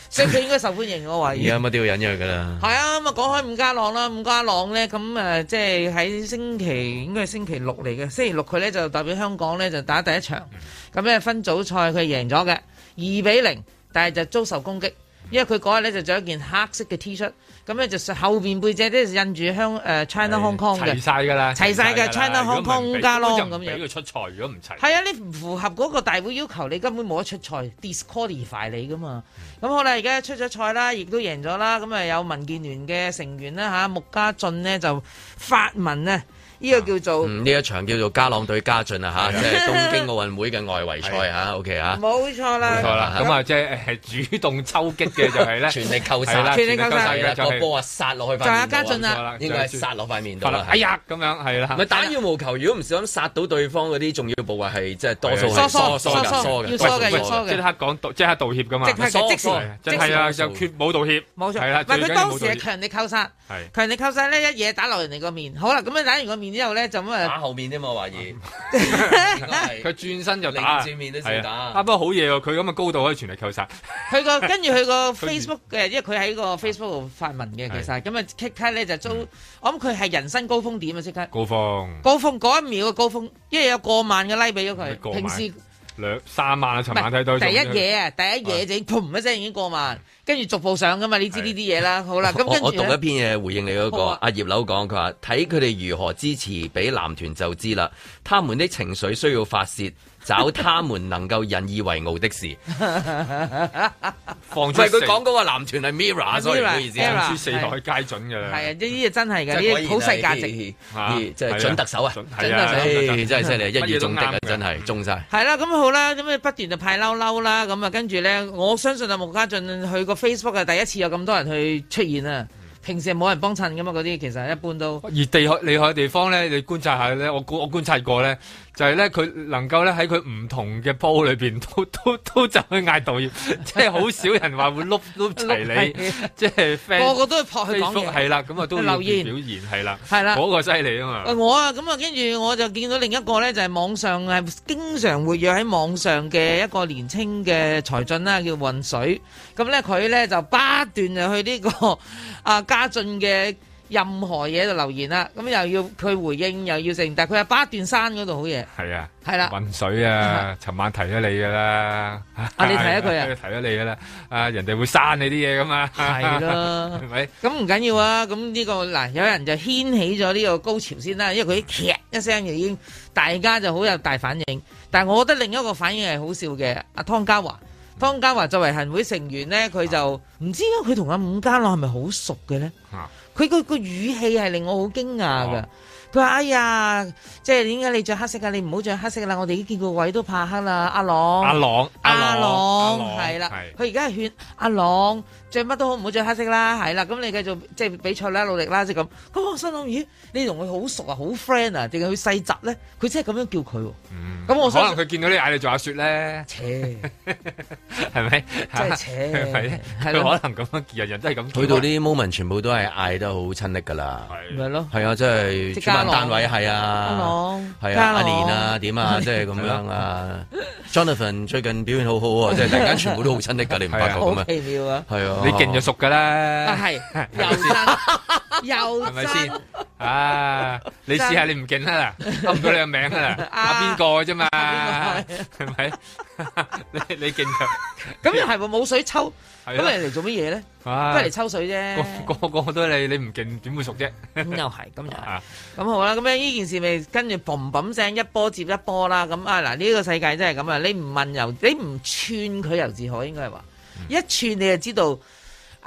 S4: 所以佢應該受歡迎我懷
S6: 而
S4: 疑。
S6: 家乜都要隱約㗎啦。
S4: 係啊，咁啊講開伍家朗啦，伍家朗咧咁誒，即係喺星期應該係星期六嚟嘅，星期六佢咧就代表香港咧就打第一場，咁咧分組賽佢贏咗嘅二比零，但係就遭受攻擊，因為佢嗰日咧就着一件黑色嘅 T 恤，咁咧就後邊背脊咧印住香誒 China Hong Kong
S3: 齊
S4: 嘅，
S3: 晒㗎啦，
S4: 齊晒㗎
S3: 齊
S4: ，China
S3: 如果
S4: Hong
S3: 唔
S4: Kong
S3: 俾
S4: 加
S3: 根
S4: long
S3: 本就
S4: 咁
S3: 唔
S4: 樣
S3: 俾佢出賽，如果唔齊。
S4: 係啊，你唔符合嗰個大會要求，你根本冇得出賽，disqualify 你噶嘛。咁好啦，而家出咗賽啦，亦都贏咗啦。咁啊，有民建聯嘅成員啦嚇，穆家俊呢就發文呢，呢、個叫做
S6: 嗯，呢一場叫做家朗對家
S4: (laughs)
S6: 俊啊嚇，即係東京奧運會嘅外圍賽嚇，OK 啊嚇，
S4: 冇、錯啦，
S3: 啊冇錯啦，咁啊即係誒主動抽擊嘅就係咧，
S6: (laughs) 全力扣
S3: 係啦
S6: 殺，
S4: 全力扣殺
S6: 係啦，
S3: 就係
S6: 個波啊殺落去塊
S4: 就係
S6: 面度啊
S4: 家俊啦
S3: 冇錯啦
S6: 應該係殺落塊面度啊
S3: 發啦
S6: 啦，。
S3: 哎呀咁樣係啦
S6: 唔係，打羽毛球，如果唔小心殺到對方嗰啲重要部位，係即係多數係
S4: 疏啊疏
S6: 疏嘅，疏
S4: 疏疏要
S3: 喂
S6: 嘅，
S4: 疏嘅
S3: 喂
S4: 要疏嘅
S3: 即刻講道即刻道歉噶嘛
S4: 即，刻嘅即時
S6: 係啊
S3: 真
S4: 即時
S3: 係啊，就缺冇道歉，
S4: 冇錯，
S3: 係啦，
S4: 唔係
S3: 最緊
S4: 佢
S3: 要
S4: 當
S3: 冇
S4: 時
S3: 道
S4: 係
S3: 歉，
S4: 強力扣殺，
S3: 係
S4: 強力扣殺呢一嘢打落人哋個面。好啦，咁樣打完個面面之後咧就咁啊
S6: 打後面添嘛，我懷疑。
S3: 佢轉身就打，
S6: 擰轉面都照
S3: 係啊
S6: 打
S3: 啊不過好嘢喎，佢咁嘅高度可以全力扣殺。
S4: 佢
S3: (laughs)
S4: 個跟住佢個 Facebook 嘅，因為佢喺個 Facebook 度發文嘅，其實咁啊即刻咧就
S3: 嗯
S4: 租，我諗佢係人生高峰點啊！即刻
S3: 高峰
S4: 高峰嗰一秒嘅高峰，因為有過萬嘅 like 俾咗
S3: 過
S4: 佢，
S3: 萬
S4: 平時
S3: 兩三萬啊！尋晚睇到
S4: 唔係第一嘢啊，第一嘢就已經砰一聲已經過
S3: 嗯
S4: 萬，跟住逐步上噶嘛，你知呢啲嘢啦。好啦，咁
S6: 我
S4: 跟
S6: 我
S4: 住
S6: 讀一
S4: 呢
S6: 篇嘢回應你嗰、個
S4: 好啊
S6: 阿葉柳講，佢話睇佢哋如何支持俾男團就知啦。他們的情緒需要發泄，找他們能夠引以為傲的事。
S4: (laughs)
S6: 唔
S3: 啊放出
S6: 係佢
S3: 四
S6: 講嗰個男團係 Mira，所以唔好意思啊。
S3: 放出四海皆準嘅
S4: 係
S3: 啦。
S4: 啊，呢啲嘢真係嘅，
S6: 即
S4: 呢
S6: 係果
S4: 啲
S6: 然
S4: 好世
S6: 係
S4: 價值。
S3: 嚇
S6: 啲即係準特首啊！
S3: 準
S4: 準
S3: 係
S4: 特
S3: 啊
S4: 首
S3: 準特
S6: 唉，真係犀利，一語中的啊
S3: 乜嘢都啱，嘅
S6: 真係中晒。
S4: 係啦，咁好啦，咁啊不斷就派嬲嬲啦，咁啊跟住咧，我相信啊穆家俊佢個 Facebook 啊第一次有咁多人去出現
S3: 嗯
S4: 啊，平時係冇人幫襯噶嘛，嗰啲其實一般都
S3: 而地海厲害嘅地方咧，你觀察下咧，我觀我觀察過咧，就係咧佢能夠咧喺佢唔同嘅煲裏邊都都都就去嗌道歉，即係好少人話會碌碌齊你，即係 friend
S4: 個個都去撲去講
S3: Facebook
S4: 嘢。
S3: 係啦，咁啊都要
S4: 留言
S3: 表現係啦，
S4: 係啦
S3: 嗰個犀利啊
S4: 喂
S3: 嘛，
S4: 我啊，咁啊，跟住我就見到另一個咧，就係、網上係經常活躍喺網上嘅一個年青嘅才俊啦，叫混水。咁咧佢咧就不斷就去呢、個 (laughs) 啊家俊嘅任何嘢度留言啦，咁又要佢回應又要成，但係佢係巴斷山嗰度好嘢，
S3: 係啊。
S4: 係啦，
S3: 混
S4: (laughs)
S3: 水啊！尋晚提咗你噶啦，
S4: 啊你提咗
S3: (laughs)
S4: 佢啊
S3: 提咗你噶啦，啊人哋會刪你啲嘢噶嘛，
S4: 係啦
S3: (laughs) 係。咪？
S4: 咁唔緊要啊！咁呢、個嗱，有人就掀起咗呢個高潮先啦，因為佢一劇一聲就已經大家就好有大反應。但係我覺得另一個反應係好笑嘅，阿湯家華，湯家華作為行會成員呢，佢就唔知啊佢同阿伍家朗係咪好熟嘅呢？
S3: 啊
S4: 佢個個語氣係令我好驚訝㗎。
S3: 哦
S4: 佢話：哎呀，即係點解你着黑色㗎？你唔好着黑色啦！我哋已經見個位都怕黑啦，阿朗。
S3: 阿朗，
S4: 阿
S3: 阿
S4: 朗
S3: 朗
S4: 係啦
S3: 係，
S4: 佢而家係勸阿朗着乜都好，唔好着黑色啦，係啦，咁你繼續即係比賽啦，努力啦，即係咁。咁我心諗，咦，你同佢好熟啊，好 friend 啊，定係佢細侄咧？佢真係咁樣叫佢喎。
S3: 嗯
S4: 咁我
S3: 可
S4: 相
S3: 能
S4: 信
S3: 佢見到你嗌你做阿雪咧，
S4: 切，
S3: (laughs) 係咪？
S4: 真係扯
S3: 係
S4: 係
S3: 佢
S4: 咯
S3: 可能咁樣，人人都係咁。啊
S6: 去到呢啲 moment，全部都係嗌得好親力㗎啦。
S4: 咪
S3: 係，
S4: 咯，
S6: 係啊，即係
S4: 即
S6: 主
S4: 家
S6: 辦
S4: 朗
S6: 單位係
S4: 阿
S6: 啊，
S4: 朗，
S6: 係啊，
S4: 家
S6: 阿
S4: 朗
S6: 蓮啊，
S4: (laughs)
S6: 點啊，即係咁樣啊。Jonathan 最近表現好好喎，即係突然間全部都好親力㗎，你唔發覺咁
S4: 好
S6: 啊？
S4: 奇妙啊！
S6: 係啊，
S3: 你勁就熟
S4: (laughs)
S3: 噶
S4: 啊
S3: 啦，
S4: 係，又真，
S3: 係咪
S4: 又真
S3: 先。？啊，你試下你唔勁啦，
S4: (laughs)
S3: 噏唔到你個名啦，阿邊個啫嘛，係咪？ (laughs) 你你勁就
S4: 咁又係喎，冇水抽，
S3: 係
S4: 咁
S3: 咯
S4: 你嚟做乜嘢咧？都
S3: 啊
S4: 係嚟，抽水啫。
S3: 個個個都你你唔勁點會熟啫？
S4: 咁又係，咁又係
S3: 啊。
S4: 咁好啦，咁樣呢件事咪跟住砰砰聲一波接一波啦。咁啊嗱，呢個世界真係咁啊！你唔問由，你唔串佢由自可，應該係話一串你就知道。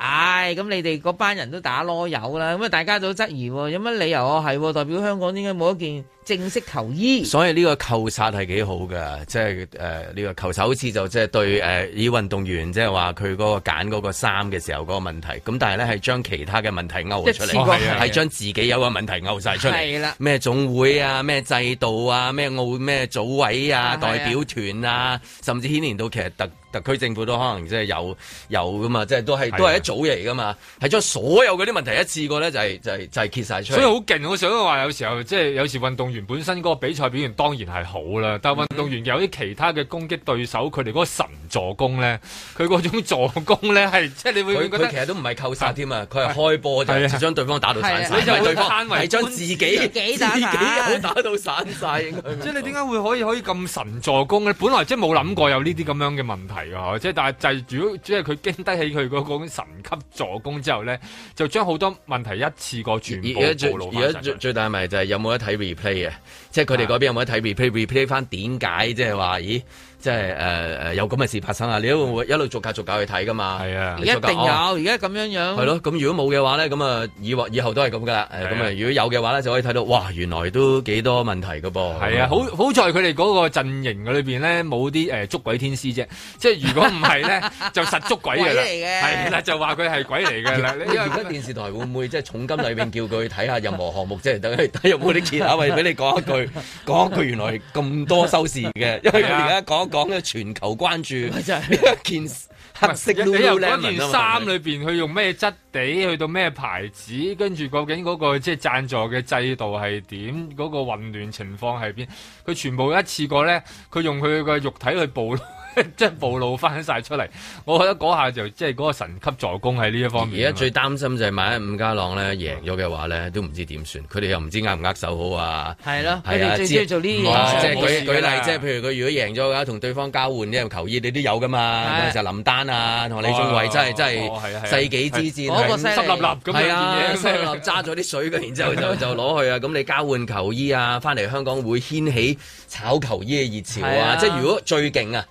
S4: 唉，咁你哋嗰班人都打囉柚啦，咁啊大家都質疑喎，有乜理由啊？係喎代表香港點解冇一件正式球衣？
S6: 所以呢個扣殺係幾好㗎，即係誒呢個扣殺好似就即係對誒以運動員即係話佢嗰個揀嗰個衫嘅時候嗰個問題，咁但係咧係將其他嘅問題勾咗出
S4: 一次過
S6: 嚟，
S4: 哦
S3: 係啊
S6: 係將自己有個問題勾晒出
S4: 係
S6: 嚟
S4: 啦，
S6: 咩總會啊，咩制度啊，咩奧咩組委啊，
S4: 啊係啊
S6: 代表團啊，甚至牽連到其實特特區政府都可能即係有有噶嘛，即係都係
S3: 啊
S6: 都係一組嚟噶嘛，係將所有嗰啲問題一次過咧就係就係就係揭晒出
S3: 所以好
S6: 嚟。
S3: 勁，我想話有時候即係有時運動員本身嗰個比賽表現當然係好啦，
S6: 嗯
S3: 但係運動員有啲其他嘅攻擊對手，佢哋嗰個神助攻咧，佢嗰種助攻咧係即係你會
S6: 佢
S3: 會覺
S6: 佢其
S3: 得。
S6: 實都唔係扣殺添啊，佢係開波就
S3: 係啊
S6: 就將對方打到散
S4: 係啊
S6: 晒，
S4: 你就
S6: 唔係對
S4: (laughs)
S3: 會
S6: 方
S3: 攤為
S6: 係將自己
S4: 自己打散
S6: 自己打到散晒應該。
S3: 即係你點解會可以可以咁神助攻咧？本來即係冇諗過有呢啲咁樣嘅問題㗎，即係但係就係如果即係佢經得起佢嗰個神級助攻之後咧，就將好多問題一次過全部
S6: 而家最
S3: 暴露
S6: 而
S3: 翻
S6: 家最最大咪就係有冇得睇 replay 啊？即係佢哋嗰邊有冇得睇 replay？replay 翻點解即係話，咦，即係誒誒有咁嘅事發生啊？你都會一路逐格逐格去睇噶嘛？
S3: 係啊
S4: 一
S6: 你
S4: 定
S6: 逐
S4: 有，
S6: 格哦
S4: 而家咁樣樣
S6: 係咯，咁如果冇嘅話咧，咁啊以後以後都係咁噶啦。誒
S3: 係啊
S6: 咁啊，如果有嘅話咧，就可以睇到哇，原來都幾多問題噶噃。
S3: 係啊，好好在佢哋嗰個陣營嘅裏邊咧，冇啲誒捉鬼天師啫。即係如果唔係咧，
S6: (laughs)
S3: (laughs) 就實捉鬼嘅啦。
S4: 鬼嚟嘅
S3: 係啦，就話佢係鬼嚟
S6: (laughs)
S3: 嘅啦。因
S6: 而
S3: 為
S6: 家電視台會唔會即係重金禮聘叫佢去睇下任何項目，即係等佢睇有冇啲其他位俾你講一句，講一句原來咁多收視嘅，因為佢而家講
S1: 我講嘅全球關注
S6: 咪真係
S1: 呢一件黑
S6: 啊
S1: 色
S3: 你你由嗰
S1: Lululemon
S3: 件
S1: 啊
S3: 衫
S1: 嘛
S3: 裏邊，佢用咩質地，去到咩牌子，跟住究竟嗰個即係贊助嘅制度係點，嗰、個混亂情況係邊，佢全部一次過咧，佢用佢個肉體去暴露， (laughs) 即係暴露翻晒出嚟。我覺得嗰下就即係嗰個神級助攻喺呢一方
S6: 而
S3: 面。
S6: 家最擔心就係萬一伍家朗咧贏咗嘅話咧，都唔知點算，佢哋又唔知握唔握手好啊。
S4: 係咯，佢
S6: 係啊
S4: 哋最
S6: 知
S4: 中意做呢
S3: 唔
S4: 啲
S6: 啊
S3: 係
S4: 嘢。
S6: 即係
S3: 冇事
S6: 舉舉
S3: 㗎啦
S6: 例，即係譬如佢如果贏咗嘅話，同對方交換啲球衣，你都有噶嘛？
S4: 係
S6: 就林丹啊，同李俊偉
S3: 哦
S6: 真係真
S3: 哦係啊係啊
S6: 係世紀之戰，
S4: 嗰個
S6: 係
S4: 犀
S3: 濕立立咁
S6: 係
S3: 樣
S6: 啊，
S3: 件
S6: 收
S3: 嘢，
S6: 立揸咗啲水嘅，然之後
S3: (laughs)
S6: 就就攞去啊！咁你交換球衣啊，翻嚟香港會掀起炒球衣嘅熱潮
S4: 係
S6: 啊！
S4: 啊
S6: 即係如果最勁啊！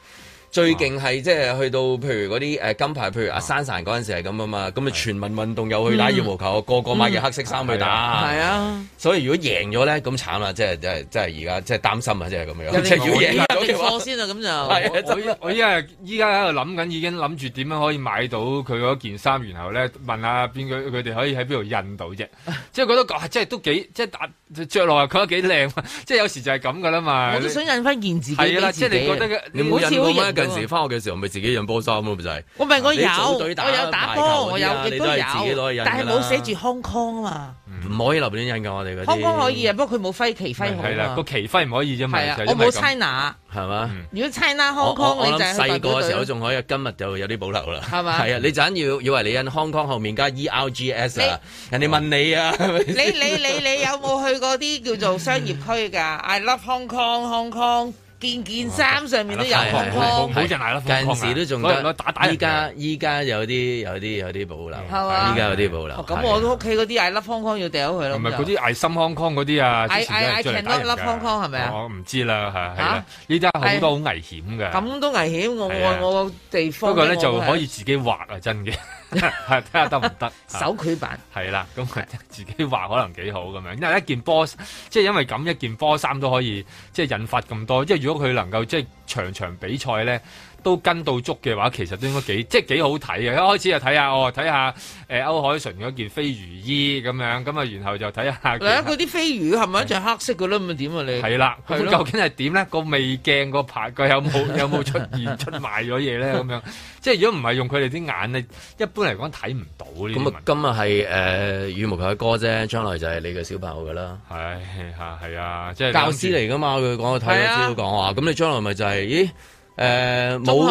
S6: 最勁係即係去到譬如嗰啲誒金牌，譬如阿珊珊嗰陣時係咁啊嘛，咁啊全民運動又去打羽毛球，個個買件黑色衫去
S4: 嗯
S6: 打，
S4: 係啊，
S6: 所以如果贏咗咧，咁慘啦，即係即係即係而家即係擔心啊，即係咁樣，
S4: 人
S6: 即
S4: 哋
S6: 係如果贏
S4: 入
S6: 咗
S4: 力
S6: 嘅話
S4: 貨，先啊，咁就
S6: 係啊，
S3: 我依 (laughs) 我依家依家喺度諗緊，已經諗住點樣可以買到佢嗰件衫，然後咧問下邊個佢哋可以喺邊度印到
S4: (laughs)
S3: 啫。即係覺得啊，即係都幾即係打着落又覺得幾靚， (laughs) 即係有時就係咁噶啦嘛。
S4: 我都想印翻件自己
S3: 係
S4: 俾
S3: 啦，
S4: 自己
S3: 即係
S4: 啊。
S3: 你覺得嘅
S6: 你
S4: 好
S6: 冇
S4: 似
S6: 印過
S4: 好
S6: 咩？
S4: 型㗎
S6: 近時翻學嘅時候，咪自己印波衫咯，咪就係。
S4: 我咪我
S6: 你
S4: 有，
S6: 組
S4: 我
S6: 隊
S4: 有
S6: 打
S4: 打
S6: 排球
S4: 波，
S6: 嗰啲
S4: 我有
S6: 啊
S4: 亦
S6: 你
S4: 都
S6: 都係自己攞去
S4: 有
S6: 印，
S4: 但係
S6: 㗎啦
S4: 冇寫住 Hong Kong 啊嘛
S6: 唔可以立亂印㗎，我哋嗰啲。
S4: ，Hong Kong 可以啊，不過佢冇揮旗揮
S3: 係啦，
S4: 號啊
S3: 個
S4: 嘛。
S3: 旗徽唔可以啫嘛。
S4: 係啊
S3: 就，係
S4: 我
S3: 因為
S4: 冇
S3: 咁嗯
S4: China。
S6: 係嘛？
S4: 如果 China Hong
S6: 我
S4: Kong
S6: 我
S4: 你
S6: 我
S4: 就
S6: 諗
S4: 係去
S6: 細個
S4: 代表
S6: 嘅時候
S4: 隊
S6: 仲可以，今日就有啲保留啦。
S4: 係嘛
S6: 係啊，你陣要以為你印康康後面加 E R G S 啊，人哋問你啊，
S4: (laughs) 你你你你有冇去過啲叫做商業區㗎？I love Hong Kong Hong Kong，件件衫上面都有
S6: 係係
S4: Hong
S3: 好
S4: Kong。
S3: 好人係啦
S6: 近時都仲
S3: 好人攞
S6: 得
S3: 打打，人
S6: 依家依家有啲有啲有啲保留，
S4: 係嘛
S6: 依家有啲保留。
S4: 哦咁
S6: 係啊
S4: 我屋企嗰啲 I love Hong Kong 要掉佢咯。
S3: 同埋
S4: 咁
S3: 嗰
S4: 就
S3: 啲艾心康康嗰啲啊，
S4: I-
S3: 之前有
S4: I-
S3: 人
S4: I
S3: 再嚟打人
S4: cannot love
S3: 㗎
S4: Hong Kong 係咪啊啊
S3: 我唔知啦，係係啦，呢家好多好危險㗎。
S4: 咁都危險，我
S3: 係啊
S4: 我我個地方。
S3: 不過咧
S4: 我
S3: 就
S4: 係
S3: 可以自己畫啊，
S4: (laughs)
S3: 真嘅，係睇下得唔得。
S4: 手繪版。
S3: 係啦，咁啊自己畫可能幾好咁樣，因為一件波，即係因為咁一件波衫都可以即係引發咁多，即係如果佢能夠即係場場比賽咧都跟到足嘅話，其實都應該幾即係幾好睇嘅。一開始就睇下哦，睇下誒歐海純嗰件飛魚衣咁樣，咁啊然後就睇下其
S4: 嗱，
S3: 他
S4: 啊嗰啲飛魚係咪一隻黑色嘅咧？咁啊點啊你？
S3: 係啦，咁
S4: 係咯
S3: 究竟係點咧？個味鏡個牌佢有
S4: (laughs)
S3: 冇有冇出現出賣咗嘢咧？咁樣即係如果唔係用佢哋啲眼咧，一般嚟講睇唔到呢啲
S6: 咁
S3: 問
S6: 啊
S3: 題。，
S6: 今日係誒羽毛球嘅歌啫，將來就係你嘅小朋友噶啦。
S3: 係嚇係啊，即係
S6: 教師嚟噶嘛，佢講我睇咗
S4: 係
S6: 資
S4: 啊
S6: 料講話，咁你將來咪就係、咦？
S4: 中學
S6: 誒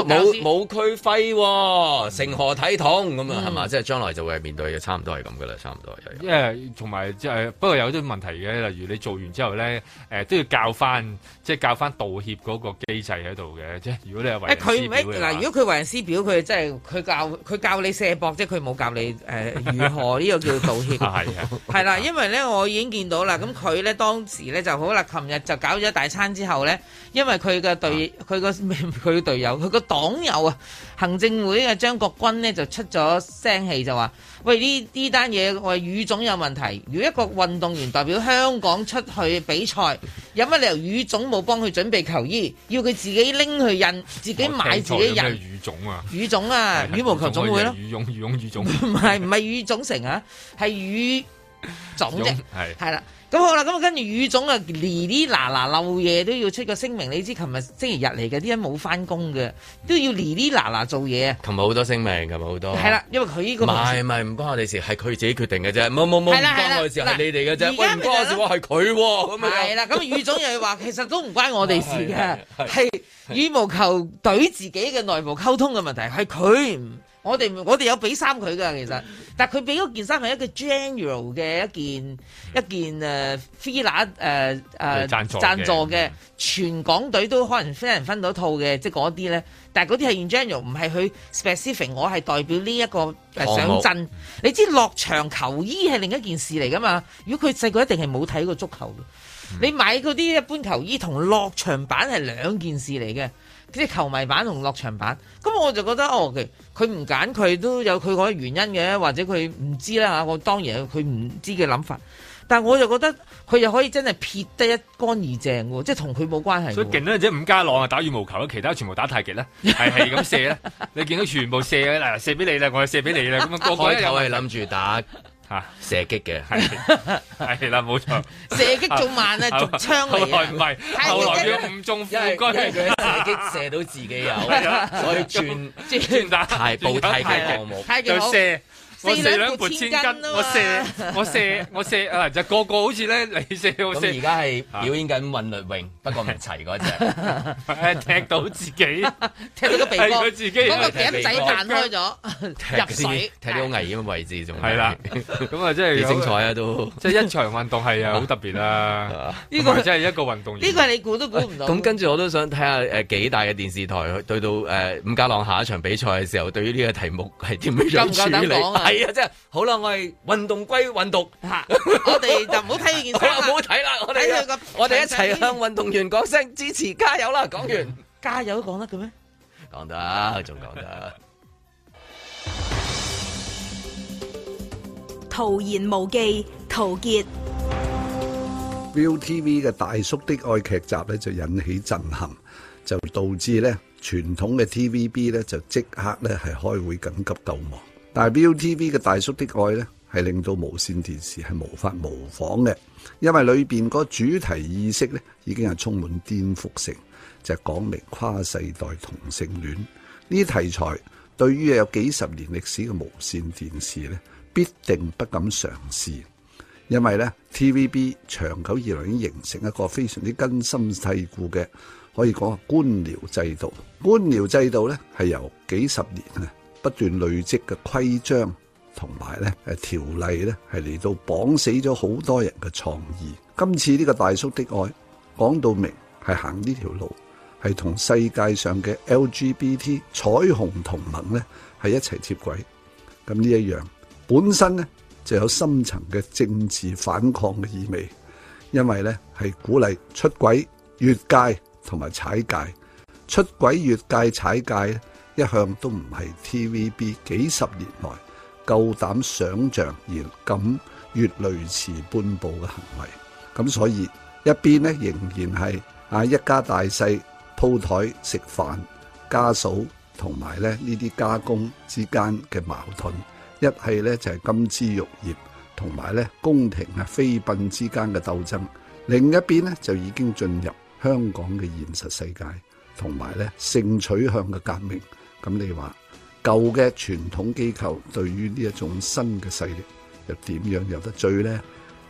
S6: 冇
S4: 教
S6: 冇
S4: 師
S6: 冇區徽
S3: 嗯
S6: 喎，成何體統咁啊？係嘛？即係將來就會係面對嘅，差唔多係咁噶啦，差唔多係。
S3: 因為同埋即係不過有啲問題嘅，例如你做完之後咧，誒、都要教翻，即係教翻道歉嗰個機制喺度嘅。即係如果你係
S4: 誒
S3: 為人
S4: 佢
S3: 師
S4: 唔
S3: 表
S4: 係
S3: 嘅
S4: 嗱，
S3: 話
S4: 如果佢為人師表，佢真係佢教佢教你卸膊啫，佢冇教你誒、呃如何呢個叫道
S6: (laughs)
S4: 歉。
S3: 啊係啊，
S4: 係啦，因為咧我已經見到啦，咁佢咧當時咧就好啦，琴日就搞咗一大餐之後咧，因為佢嘅隊
S3: 啊
S4: 佢個 (laughs) 佢隊友佢個黨友啊，行政會嘅張國軍咧就出咗聲氣就話：喂呢呢單嘢我係語種有問題，如果一個運動員代表香港出去比賽，有乜理由語種冇幫佢準備球衣，要佢自己拎去印，自
S3: 哦
S4: 己買自己
S3: 我聽錯咗咩
S4: 印？
S3: 羽種啊，
S4: 羽種啊，羽毛球總會咯，
S3: 羽種羽種羽種
S4: 唔係唔係羽種城啊，係羽種
S3: 羽
S4: 啫
S3: 種。係
S4: 係啦，咁好啦，咁啊跟住雨總啊，哩哩嗱嗱漏夜都要出個聲明。你知琴日星期日嚟嘅，啲人冇翻工嘅，都要哩哩嗱嗱做嘢啊。
S6: 琴日好多聲明，琴日好多。
S4: 係啦，，因為佢呢
S6: 哦唔
S4: 個
S6: 係唔係唔關我哋事，係佢自己決定嘅啫。冇冇冇，唔
S4: 係啦係
S6: 關
S4: 啦
S6: 我哋事，係你哋嘅啫。
S4: 嗱
S6: 喂，
S4: 而家
S6: 唔
S4: 咪就係咯
S6: 關我事喎，係佢喎。咁
S4: 係
S6: 樣
S4: 啦，咁雨總又要話，其實都唔關我哋事嘅，係羽毛球隊自己嘅內部溝通嘅問題，係佢唔。我哋唔我哋有俾衫佢㗎，其實，但係佢俾嗰件衫係一個 general 嘅一件一件誒 fila 誒誒
S3: 贊助嘅
S4: 贊助
S6: 嗯
S4: 嘅，全港隊都可能分人分到套嘅，即係嗰啲咧。但係嗰啲係 in general，唔係佢 specific。我係代表呢一個誒
S6: 項
S4: 上
S6: 目
S4: 陣，你知落場球衣係另一件事嚟㗎嘛？如果佢細個一定係冇睇過足球嘅。
S3: 嗯
S4: 你買嗰啲一般球衣同落場版係兩件事嚟嘅，即係球迷版同落場版。咁我就覺得哦，佢佢唔揀佢都有佢嗰個原因嘅，或者佢唔知啦嚇。我當然有佢唔知嘅諗法，但我就覺得佢又可以真係撇得一乾二淨喎，即係同佢冇關係
S3: 所以
S4: 喎。
S3: 勁咧，即係伍家朗啊打羽毛球，其他全部打太極咧，係
S6: (laughs)
S3: 係咁射咧。你見到全部射嘅嗱，射俾你啦，我又射俾你啦，咁啊個個
S6: 開
S3: 一有
S6: 頭係諗住打
S3: 嚇
S6: 射擊嘅。
S3: 係係啦，冇錯。
S4: 射擊仲慢
S3: (laughs)
S4: 啊，
S3: 後
S4: 逐槍嚟
S3: 後來
S4: 啊
S3: 唔！係，
S4: 係
S3: 後來
S4: 因為
S3: 佢誤中副
S6: 因為因為佢
S3: 軍，
S6: 射擊射到自己有，啊 (laughs) 所以轉
S3: 轉打
S6: (laughs) 太步啊太極項目。
S4: 太極
S3: 就
S4: 好，
S3: 射。我
S4: 四
S3: 射
S4: 兩
S3: 兩
S4: 撥
S3: 撥千
S4: 千
S3: 斤，
S4: 斤啊
S3: 我射我射我射啊！就個個好似咧，你射我射
S6: 咁而，家係表演緊韻律泳，不過唔齊嗰 (laughs) 只。
S3: 誒踢到
S6: (laughs)
S3: 自己。
S4: 踢到個鼻哥，
S3: 係佢自己
S4: 嗰個
S6: 踢鼻
S4: 頸仔
S6: 哥
S4: 彈開咗，
S6: 踢嗰
S4: 入
S6: 啲
S4: 水
S6: 踢啲好危險嘅位置仲
S3: 係啦，咁啊，即係
S6: 幾
S3: 有
S6: 精彩啊都。
S3: 即係一場運動係啊，好特
S6: (laughs)
S3: 別啦。
S4: 呢
S3: 呢
S4: 個
S3: 個真係一個運動員。
S4: 呢個係你估都估唔到。
S6: 咁跟住我都想睇下誒幾大嘅電視台對到誒伍家朗下一場比賽嘅時候，對於呢個題目係點樣
S4: 夠唔夠膽
S6: 處理？
S4: 講啊
S6: 係啊，即係好啦，我哋運動歸
S4: (laughs)
S6: 運動，
S4: 嚇我哋就唔好睇佢件
S6: 好啦，唔
S4: 衫
S6: 好
S4: 啦，
S6: 睇啦，我
S4: 睇佢
S6: 哋啊
S4: 個
S6: 我哋一齊向運動員講聲支持加油啦！講
S3: 嗯
S6: 完
S4: 加油講得嘅咩？
S6: 講得仲講得。
S8: 徒言無忌，陶傑。
S10: ViuTV 嘅《大叔的愛》劇集咧就引起震撼，就導致咧傳統嘅 TVB 咧就即刻咧係開會緊急救亡。但係 ViuTV 嘅《大叔的愛》咧係令到無線電視係無法模仿嘅，因為裏邊個主題意識咧已經係充滿顛覆性，就係講明跨世代同性戀呢啲題材，對於有幾十年歷史嘅無線電視咧必定不敢嘗試。因為咧 TVB 長久以來已經形成一個非常之根深蒂固嘅，可以講係官僚制度。官僚制度咧係由幾十年啊不斷累積嘅規章同埋咧誒條例咧係嚟到綁死咗好多人嘅創意。今次呢個大叔的愛講到明係行呢條路，係同世界上嘅 LGBT 彩虹同盟咧係一齊接軌。咁呢一樣本身呢，就有深層嘅政治反抗嘅意味，因為呢係鼓勵出軌、越界同埋踩界。出軌、越界、踩界呢一向都唔係 TVB 幾十年來夠膽想像而敢越雷池半步嘅行為。咁所以一邊呢，仍然係啊一家大細鋪台食飯、家嫂同埋咧呢啲加工之間嘅矛盾，一係咧就係金枝玉葉同埋咧宮廷啊妃嬪之間嘅鬥爭，另一邊呢，就已經進入香港嘅現實世界，同埋咧性取向嘅革命。咁你話舊嘅傳統機構對於呢一種新嘅勢力又點樣有得追呢？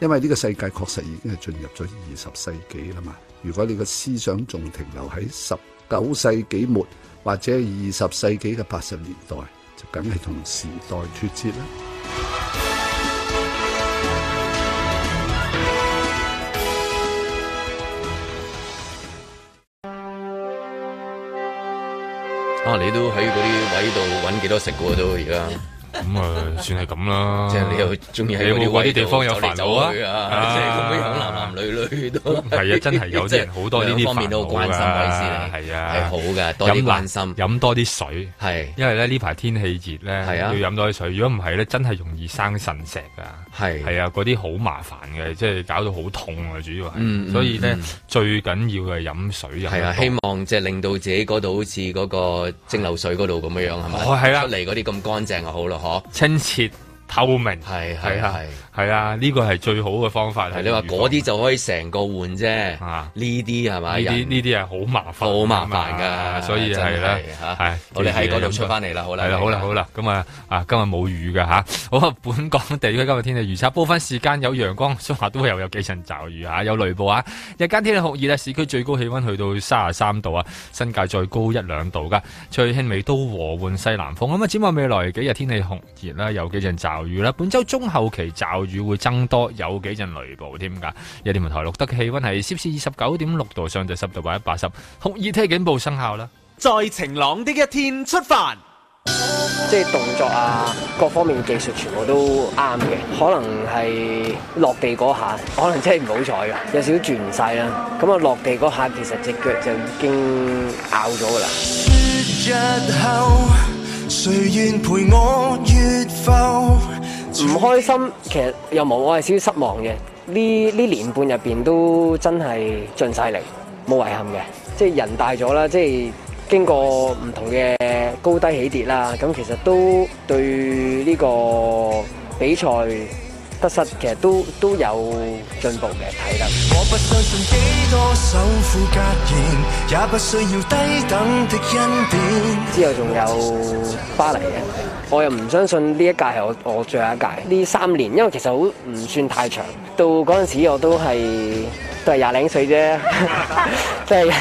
S10: 因為呢個世界確實已經係進入咗二十世紀啦嘛。如果你個思想仲停留喺十九世紀末或者二十世紀嘅八十年代，就梗係同時代脱節啦。
S6: 啊！你都喺嗰啲位度揾幾多食嘅喎都而家，
S3: 咁啊，算係咁啦。
S6: 即係你又中意喺
S3: 你有
S6: 嗰啲
S3: 冇嗰
S6: 位
S3: 啲地方有
S6: 度走嚟
S3: 煩惱
S6: 走
S3: 啊
S6: 去
S3: 啊
S6: 即係咁樣男男女女都
S3: 係啊真
S6: (laughs)
S3: 係有啲人好多呢啲
S6: 兩方面都好關心
S3: 煩惱㗎
S6: 位先，
S3: 係啊
S6: 係好嘅，多啲
S3: 飲啦
S6: 關心，
S3: 飲多啲水，
S6: 係
S3: 因為咧呢排天氣熱咧，
S6: 係啊
S3: 要飲多啲水。如果唔係咧，真係容易生腎石啊。
S6: 係
S3: 係啊，嗰啲好麻煩嘅，即係搞到好痛啊，主要係。
S6: 嗯嗯
S3: 所以咧，
S6: 嗯
S3: 最緊要係飲水飲。
S6: 係啊，希。望即係令到自己嗰度好似嗰個蒸餾水嗰度咁樣樣係咪？
S3: 哦係啦
S6: 出嚟嗰啲咁乾淨就好咯，
S3: 清澈透明。
S6: 嗬，係係
S3: 係啊
S6: 係。，
S3: 係啊，呢個係最好嘅方法。
S6: 係你話嗰啲就可以成個換啫，
S3: 啊
S6: 呢啲係咪？
S3: 呢
S6: 人
S3: 啲呢啲係好麻煩，
S6: 好麻煩
S3: 啊
S6: 㗎，
S3: 所以係啦
S6: 真，嚇
S3: 係
S6: 我哋喺嗰度
S3: 記住
S6: 出翻嚟啦，好啦，
S3: 係啦，好啦，好啦，咁啊啊，今日冇雨嘅吓， (laughs) 好啊，本港地區今日天氣預測，部分時間有陽光，中下都會又有幾陣驟雨吓，有雷暴啊。日間天氣酷熱啊，市區最高氣温去到三十三度啊，新界再高一兩度噶，最輕微都和緩西南風。咁啊，展望未來幾日天氣酷熱啦，有幾陣驟雨啦，本周中後期驟雨會增多，有幾陣雷暴添噶。有電台錄得嘅氣温係攝氏二十九點六度，相對濕度百分之八十，酷熱天氣警報生效啦。
S5: 在晴朗的一天出發。
S11: 即係動作啊，各方面技術全部都啱嘅。可能係落地嗰下，可能真係唔好彩嘅，有少少轉唔晒啦。咁啊，落地嗰下其實只腳就已經咬咗噶啦。
S2: 日後誰願陪我越浮？
S11: 唔開心其實又冇，我係少少失望嘅。呢呢年半入邊都真係盡晒力，冇遺憾嘅。即係人大咗啦，即係經過唔同嘅高低起跌啦，咁其實都對呢個比賽得失，其實都都有進步嘅，睇得。
S2: 我不相信幾多首富格言，也不需要低等的恩典。
S11: 之後仲有巴黎嘅，我又唔相信呢一屆係我我最後一屆。呢三年，因為其實好唔算太長，到嗰陣時我都係都係廿零歲啫， (laughs) 即係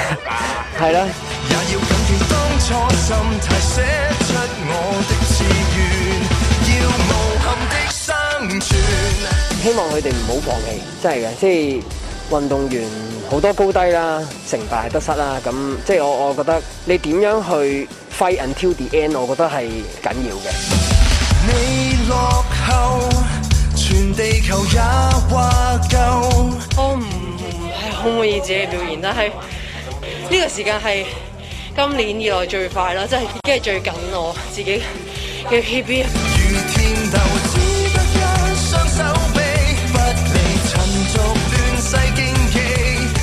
S11: 係啦。
S2: 也要感謝當初心態寫出我的志願，要無憾的生存。
S11: 希望佢哋唔好放棄，真係嘅，即係運動員好多高低啦，成敗係得失啦，咁即係我我覺得你點樣去 fight until the end，我覺得係緊要嘅。
S2: 你落後，全地球也話夠。
S12: 我唔係好滿意自己嘅表現，但係呢個時間係今年以來最快啦，即係已經係最緊我自己嘅 PB。
S2: 如天鬥，只得一雙手臂，不理塵俗亂世競技。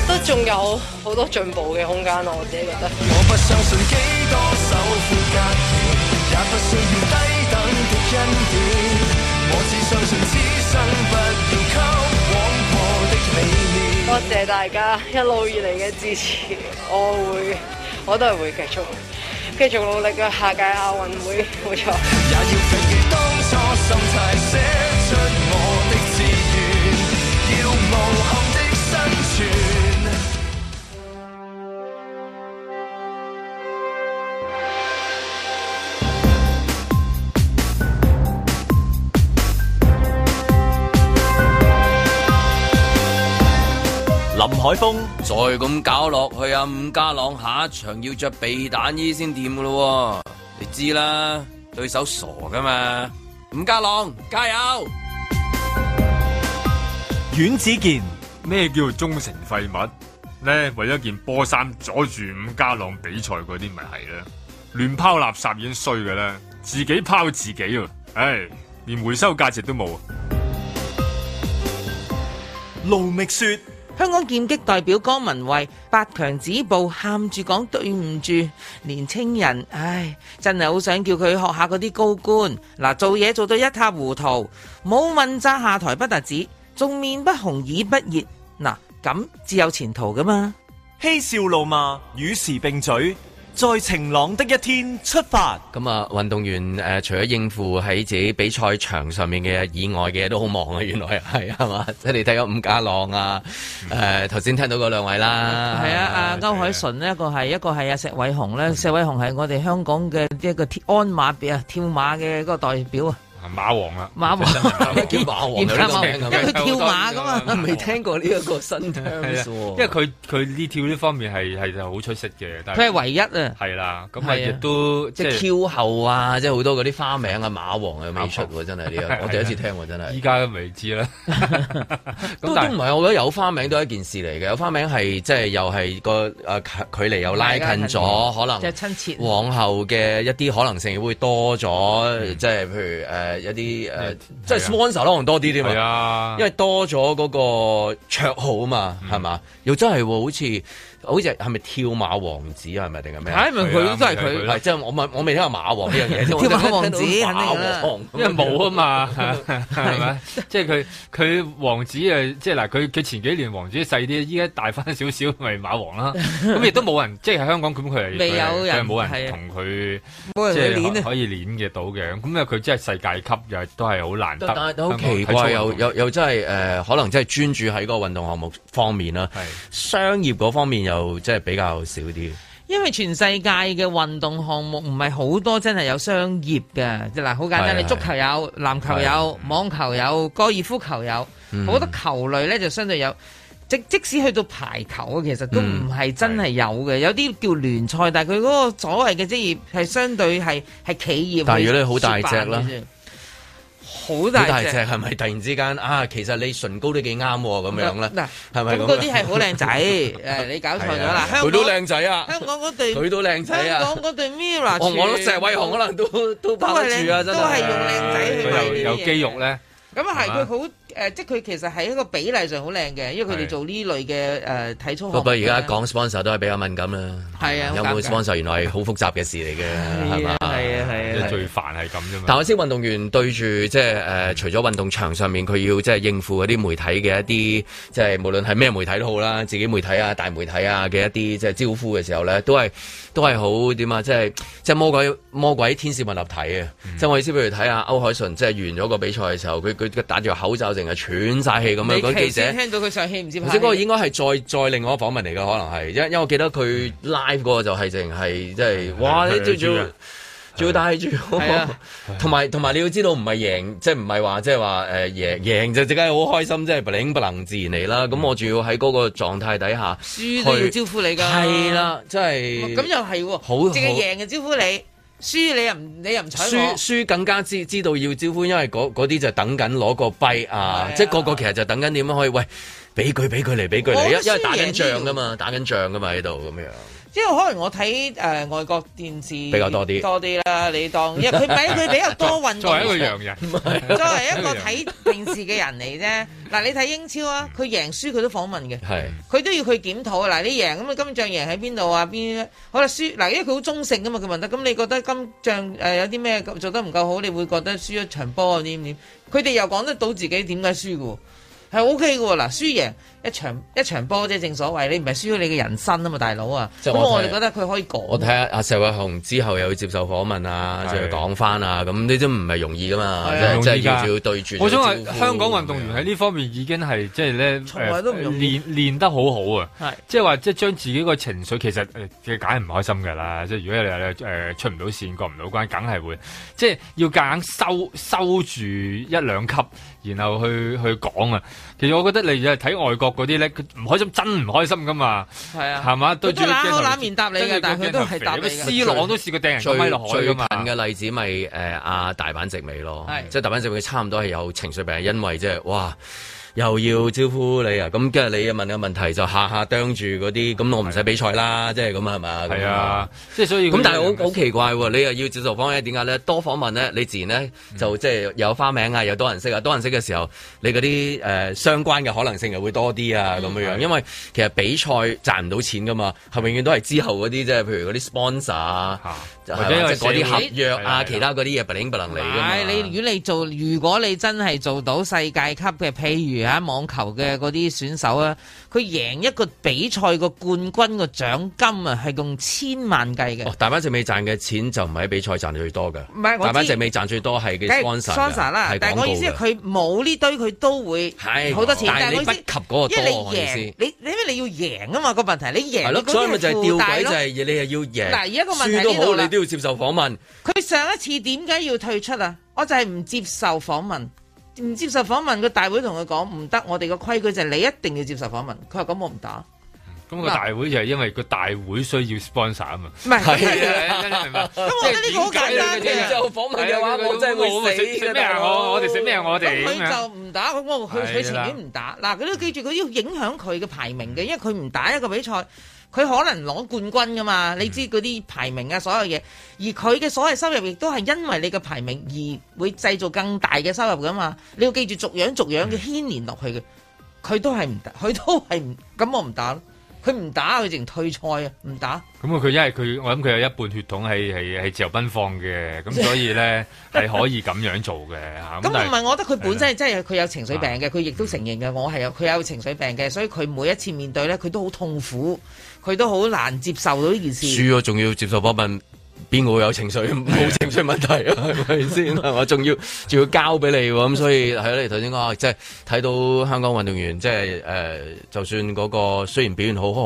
S12: 都仲有好多進步嘅空間咯，我自己覺得。
S2: 我不相信幾多首富格言，也不需要低等的恩典。我只相信此生不要給往破的理念。
S12: 多謝大家一路以嚟嘅支持，我會我都係會繼續繼續努力嘅，下屆亞運會冇錯。 (laughs)
S2: 也要記住當初心態寫出我的志願，要無憾的生存。
S1: 林海峰再咁搞落去啊，伍家朗下一場要着避彈衣先掂噶咯，你知啦，對手傻噶嘛，伍家朗加油！
S3: 阮子健，咩叫做忠誠廢物？咧為咗件波衫阻住伍家朗比賽嗰啲咪係啦，亂拋垃圾已經衰嘅啦，自己拋自己啊！唉，連回收價值都冇啊！
S4: 盧覓雪，香港劍擊代表江文慧八強止步，喊住講對唔住年青人，唉，真係好想叫佢學下嗰啲高官，嗱做嘢做到一塌糊塗，冇問責下台不特止，仲面不紅耳不熱，嗱咁至有前途噶嘛？
S5: 嬉笑怒罵，與時並舉，在晴朗的一天出發。
S6: 咁啊，運動員誒、呃除咗應付喺自己比賽場上面嘅以外嘅嘢都好忙啊，原來係係嘛？ (laughs) 即係你睇咗伍家朗啊，誒頭先聽到嗰兩位啦，
S4: 係啊，嗯阿歐海純呢一個係一個係阿啊石偉雄咧，石偉雄係我哋香港嘅一個跳鞍馬比啊跳馬嘅嗰個代表啊，
S3: 馬王啊，
S4: 馬王 (laughs)
S6: 叫馬王，
S4: 而家馬王
S6: 有呢個名
S4: 因為佢跳馬㗎嘛
S6: (laughs) 未聽過呢一個新 terms 喎
S3: 因為佢佢呢跳呢方面係係就好出色嘅，但
S4: 佢係唯一啊，
S3: 係啦，咁啊
S6: 係啊
S3: 亦都
S6: 即
S3: 即
S6: 係
S3: 係
S6: Q 後啊，即係好多嗰啲花名啊，馬王啊未出喎，真係呢一 (laughs) 個，我第一次聽喎，真係。
S3: 依家都未知啦。
S6: 都都唔係，我覺得有花名都係一件事嚟嘅。有花名係即係又係個誒、呃距距離又拉近咗，可能
S4: 即係親切
S6: 往後嘅一啲可能性會多咗，
S4: 嗯
S6: 即係譬如誒、呃一啲誒，呃即係
S4: 啊
S6: sponsor 可能多啲啲
S3: 係
S6: 嘛
S3: 啊，嗯
S6: 因為多咗嗰個綽號啊嘛，係嘛？又真係喎，好似好似係咪跳馬王子啊係咪定係咩？
S4: 係咪佢都係佢
S6: 係即係我咪我未聽過馬哦王呢樣嘢，
S4: 跳
S6: 我就
S4: 馬王子
S6: 聽
S4: 肯定
S6: 到
S4: 啦
S6: 馬王咁樣
S3: 因為冇啊
S6: (laughs)
S3: 嘛，係咪？即係佢佢王子啊，即係嗱，佢佢前幾年王子細啲，依家大翻少少，咪馬王
S4: (laughs)
S3: 啦。咁亦都冇人，即係喺香港咁，佢係
S4: 未有
S3: 佢係
S4: 人
S3: 佢係冇
S4: 係啊
S3: 人同佢
S4: 冇人
S3: 即
S4: 去
S3: 係
S4: 攣啊
S3: 可可以攣嘅到嘅。咁因為佢真係世界級，又都係好難得。
S6: 但係好奇怪，又又又真係誒、呃可能真係專注喺嗰個運動項目方面啦。商業嗰方面又即係比較少啲。
S4: 因為全世界嘅運動項目唔係好多真係有商業嘅，即係嗱好簡單，你
S6: 係
S4: 足球
S6: 啊
S4: 有、籃球有、網球有、高爾夫球有，
S6: 嗯
S4: 好多球類咧就相對有。即即使去到排球啊，其實都唔係真係有
S6: 嗯
S4: 嘅，有啲叫聯賽，但係佢嗰個所謂嘅職業係相對係係企業。
S6: 但係如果你好大隻啦，
S4: 好
S6: 好大
S4: 大
S6: 隻
S4: 隻。
S6: 係咪突然之間啊？其實你唇膏都幾啱喎咁樣咧
S4: 嗱，
S6: 係
S4: 咁
S6: 咪咁啊
S4: 嗰啲係好靚仔，
S6: (laughs)
S4: 誒你搞錯咗啦，
S6: 係
S4: 香
S6: 啊
S4: 港
S6: 佢都靚仔啊！
S4: 香港嗰隊
S6: 佢都靚仔啊
S4: 香港嗰隊 Mirror，
S6: 哦我覺
S4: 全
S6: 得石偉雄可能都都
S4: 都
S6: 包得
S4: 係
S6: 住啊！
S4: 靚
S6: 真
S4: 都係
S6: 係
S4: 用靚仔去
S3: 佢
S4: 買呢
S3: 有
S4: 啲
S3: 有
S4: 嘢
S3: 肌肉咧，
S4: 咁啊係，
S6: 係嘛
S4: 佢好誒，即係佢其實喺一個比例上好靚嘅，因為佢哋做呢類嘅誒體操項目
S6: 不過而家
S4: 咧
S6: 講 sponsor 都係比較敏感啦。
S4: 係啊
S6: 有
S4: 好尷
S6: 冇
S4: 尬
S6: sponsor 原來係好複雜嘅事嚟嘅，係嘛？
S4: 係啊係啊
S6: 係啊
S3: 最煩係咁啫嘛。
S6: 但我知運動員對住即係誒，除咗運動場上面，佢要即係應付嗰啲媒體嘅一啲，即係無論係咩媒體都好啦，自己媒體啊、大媒體啊嘅一啲即係招呼嘅時候咧，都係都係好點啊！即係即係魔鬼魔鬼天使混合體啊！
S4: 嗯
S6: 即係我意思，譬如睇下歐海純，即係完咗個比賽嘅時候，佢佢戴住個口罩，淨係喘晒氣咁樣，嗰
S4: 你
S6: 啲記
S4: 期先
S6: 者。
S4: 聽到佢上戲唔知
S6: 或
S4: 拍
S6: 者嗰個
S4: 戲
S6: 應該係再再另外一個訪問嚟嘅，可能係，因因為我記得佢 live 嗰個就係淨係即係，哇！
S3: 係
S6: 你最
S3: 係
S6: 要
S3: 係
S6: 仲要戴住
S4: 係啊，
S6: 同埋同埋你要知道唔係贏，即係唔係話即係話誒贏贏就即刻好開心，即係 bling 不能自然嚟啦。咁我仲要喺嗰個狀態底下，
S4: 輸都要招呼你㗎，
S6: 係啦，即係
S4: 哦咁又係喎，
S6: 好
S4: 淨係
S6: 好
S4: 贏嘅招呼你，輸你又唔你又唔睬
S6: 輸
S4: 我。
S6: 輸更加知知道要招呼，因為嗰嗰啲就等緊攞個幣啊，即係個個其實就等緊點樣可以喂。俾佢俾佢嚟，俾佢嚟，
S4: 我都
S6: 因因為打
S4: 輸
S6: 緊
S4: 贏
S6: 仗噶嘛，打緊仗噶嘛喺度咁樣。
S4: 因為可能我睇誒、呃外國電視比
S6: 較多啲
S4: 多啲啦，你當哦因為
S6: (laughs)
S4: 佢比佢比較多運動。
S3: 作為一個洋人，
S4: 作為一個睇電視嘅人嚟啫，嗱你睇英超啊，佢贏輸佢都訪問嘅，
S6: 係
S4: 佢都要佢檢討啊。嗱你贏咁啊，今仗贏喺邊度啊？邊好啦輸嗱，因為佢好中性噶啊嘛，佢問得咁你覺得今仗誒有啲咩做得唔夠好？你會覺得輸一場波啊點點？佢哋又講得到自己點解輸嘅喎。係 O K 嘅喎，嗱輸贏一場一場波啫，正所謂你唔係輸咗你嘅人生啊嘛，大佬啊，
S6: 即
S4: 咁
S6: 係我
S4: 我
S6: 睇
S4: 哋覺得佢可以講。
S6: 我睇下阿石偉雄之後又要接受訪問啊，
S3: 係
S6: 就要講翻啊，咁呢啲唔係容易噶嘛，啊即係
S3: 唔
S6: 即
S3: 啊容
S6: 係
S3: 易㗎
S6: 要要對住。
S3: 我想話香港運動員喺呢方面已經係即係咧，
S4: 從來都唔容易
S3: 練練得好好啊！
S4: 係
S3: 即係話即係將自己個情緒其實誒，梗係唔開心㗎啦！即係如果你誒、呃出唔到線、過唔到關，梗係會即係要夾硬收收住一兩級，然後去去講啊！其實我覺得你而家睇外國嗰啲咧，佢唔開心真唔開心㗎嘛，
S4: 係啊，
S3: 係嘛？對
S4: 佢
S3: 住
S4: 都
S3: 個
S4: 揦
S3: 鏡
S4: 口
S3: 頭
S4: 揦面答你
S3: 真
S4: 嘅
S3: 係，
S4: 但係佢都係答你
S3: 個
S4: 嘅。
S3: C 朗都試過掟人
S6: 最
S3: 個咪落海
S6: 最
S3: 㗎
S6: 近
S3: 嘛。
S6: 嘅例子咪誒阿大阪直美咯
S4: 係，
S6: 即係大阪直美差唔多係有情緒病，係因為即係哇。又要招呼你啊！咁跟住你又問個問題就下下啄住嗰啲，咁我唔使比賽啦，即係咁啊係嘛？咁
S3: 係啊，即係所以
S6: 咁但係好好奇怪喎，你又要接受訪問，點解咧？多訪問咧，你自然咧
S3: 嗯
S6: 就即係有花名啊，有多人識啊，多人識嘅時候，你嗰啲誒相關嘅可能性又會多
S3: 嗯
S6: 啲啊，咁樣樣。因為其實比賽賺唔到錢噶嘛，係永遠都係之後嗰啲即係譬如嗰啲 sponsor 啊，就係
S3: 或者有
S6: 即係嗰啲
S3: 社會
S6: 合約
S3: 係啊
S6: 啊，其他嗰啲嘢 bling 不能嚟㗎嘛
S4: 唉，啊你如果你做，如果你真係做到世界級嘅，譬如喺網球嘅嗰啲選手啊，佢贏一個比賽個冠軍個獎金啊，係用千萬計嘅
S6: 哦，，大阪直美賺嘅錢就唔係喺比賽賺最多㗎，
S4: 唔係我知
S6: 大阪直美賺最多係
S4: 梗
S6: 嘅
S4: 係
S6: sponsor 㗎
S4: sponsor 啦
S6: 係。
S4: 但係
S6: 廣
S4: 我
S6: 告
S4: 意思係
S6: 㗎
S4: 佢冇呢堆，佢都會
S6: 係
S4: 好多錢。
S6: 但係
S4: 但係
S6: 你
S4: 我意
S6: 不
S4: 思
S6: 及嗰個多
S4: 因為
S6: 我
S4: 你
S6: 意思
S4: 贏，你你因為你要贏啊嘛個問題，你贏
S6: 係咯，
S4: 你嗰啲
S6: 所以咪就係
S4: 係
S6: 吊
S4: 附帶
S6: 詭，就
S4: 咯。
S6: 係你又要贏，
S4: 嗱而家個問題
S6: 輸都
S4: 呢度
S6: 好，
S4: 啦
S6: 你都要接受訪問。
S4: 佢上一次點解要退出啊？我就係唔接受訪問，唔接受訪問個大會同佢講唔得，我哋個規矩就係你一定要接受訪問。佢話咁我唔打。
S3: 嗯咁個大會就係因為個大會需要 sponsor 啊嘛，
S4: 唔係
S3: 係
S4: 係
S3: 啊，明白？
S4: (laughs) 咁我覺得呢個好簡單嘅。
S6: 就訪問嘅
S3: 啊
S6: 話，我真係會死
S3: 食食
S6: 嘅
S3: 咩
S6: 大
S3: 啊？
S6: 佬
S3: 我我哋食咩啊？我哋
S4: 咁
S3: 咁
S4: 佢
S3: 樣
S4: 就唔打，咁我佢佢情願唔打。嗱，佢都記住佢要影響佢嘅排名嘅，因為佢唔打一個比賽，佢可能攞冠軍噶嘛。你知嗰啲排名啊，所有嘢，而佢嘅所謂收入亦都係因為你嘅排名而會製造更大嘅收入噶嘛。你要記住逐樣逐樣嘅牽連落去嘅，佢都係唔打，佢都係唔咁我唔打咯。佢唔打，佢淨退賽啊，唔打。
S3: 咁啊！佢因為佢，我諗佢有一半血統係係係自由奔放嘅，咁所以咧係可以咁樣做
S4: (laughs)
S3: 嘅嚇。
S4: 咁
S3: 但
S4: 唔
S3: 係啊
S4: 係，我覺得佢本身係真係佢有情緒病嘅，佢亦都承認嘅，我係有佢有情緒病嘅，所以佢每一次面對咧，佢都好痛苦，佢都好難接受到呢件事。
S3: 啊
S6: 輸咗仲要接受訪問。邊個會有
S3: (laughs)
S6: 情緒？冇情緒問題啊，係咪先？係嘛？仲要仲要交俾你喎，咁所以係咯。你頭先講，即係睇到香港運動員，即係誒、呃就算嗰、個雖然表現好好，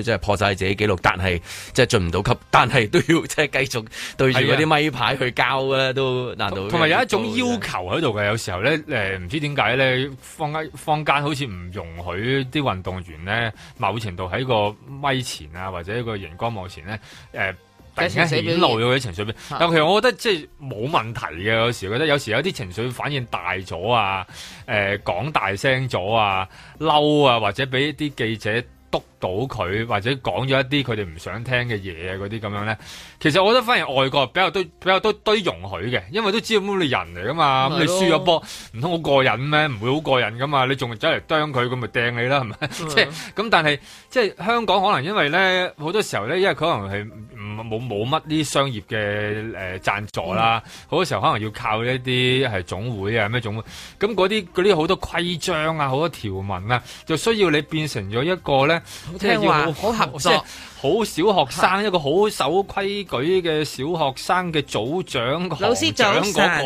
S6: 即係破晒自己紀錄，但係即係進唔到級， (laughs) 但係都要即係繼續對住嗰啲咪牌去交咧，都難度
S3: 同埋有一種要求喺度嘅，有時候咧誒唔知點解咧，坊間坊間好似唔容許啲運動員咧，某程度喺個咪前啊，或者個熒光幕前咧誒。突然間顯露咗啲情緒俾，
S4: 啊
S3: 但其實我覺得即係冇問題嘅。有時覺得有時有啲情緒反應大咗啊，誒、講大聲咗啊，嬲啊，或者俾啲記者督到佢，或者講咗一啲佢哋唔想聽嘅嘢啊嗰啲咁樣咧，其實我覺得反而外國比較都比較都都容許嘅，因為都知道咁你人嚟噶嘛，咁
S13: 咪
S3: 你
S13: 咯
S3: 輸咗波唔通好過癮咩？唔會好過癮噶嘛，你仲走嚟啄佢咁咪掟你啦，係咪？
S13: 嗯
S3: (laughs) 即係咁，但係即係香港可能因為咧好多時候咧，因為佢可能係唔冇冇乜啲商業嘅誒贊助啦，
S4: 嗯
S3: 好多時候可能要靠一啲係總會啊咩總會，咁嗰啲嗰啲好多規章啊，好多條文啊，就需要你變成咗一個咧，即係
S4: 聽
S3: 要
S4: 話
S3: 好
S4: 好合作
S3: 即係好小學生一個好守規矩嘅小學生嘅組長、
S4: 老師
S3: 行長
S4: 早晨
S3: 嗰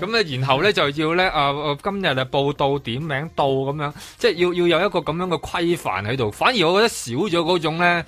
S3: 個，咁啊咧然後咧就要咧啊啊今日啊報到點名到咁樣，即係要要有一個咁樣嘅規範喺度。反而我覺得少咗嗰種咧。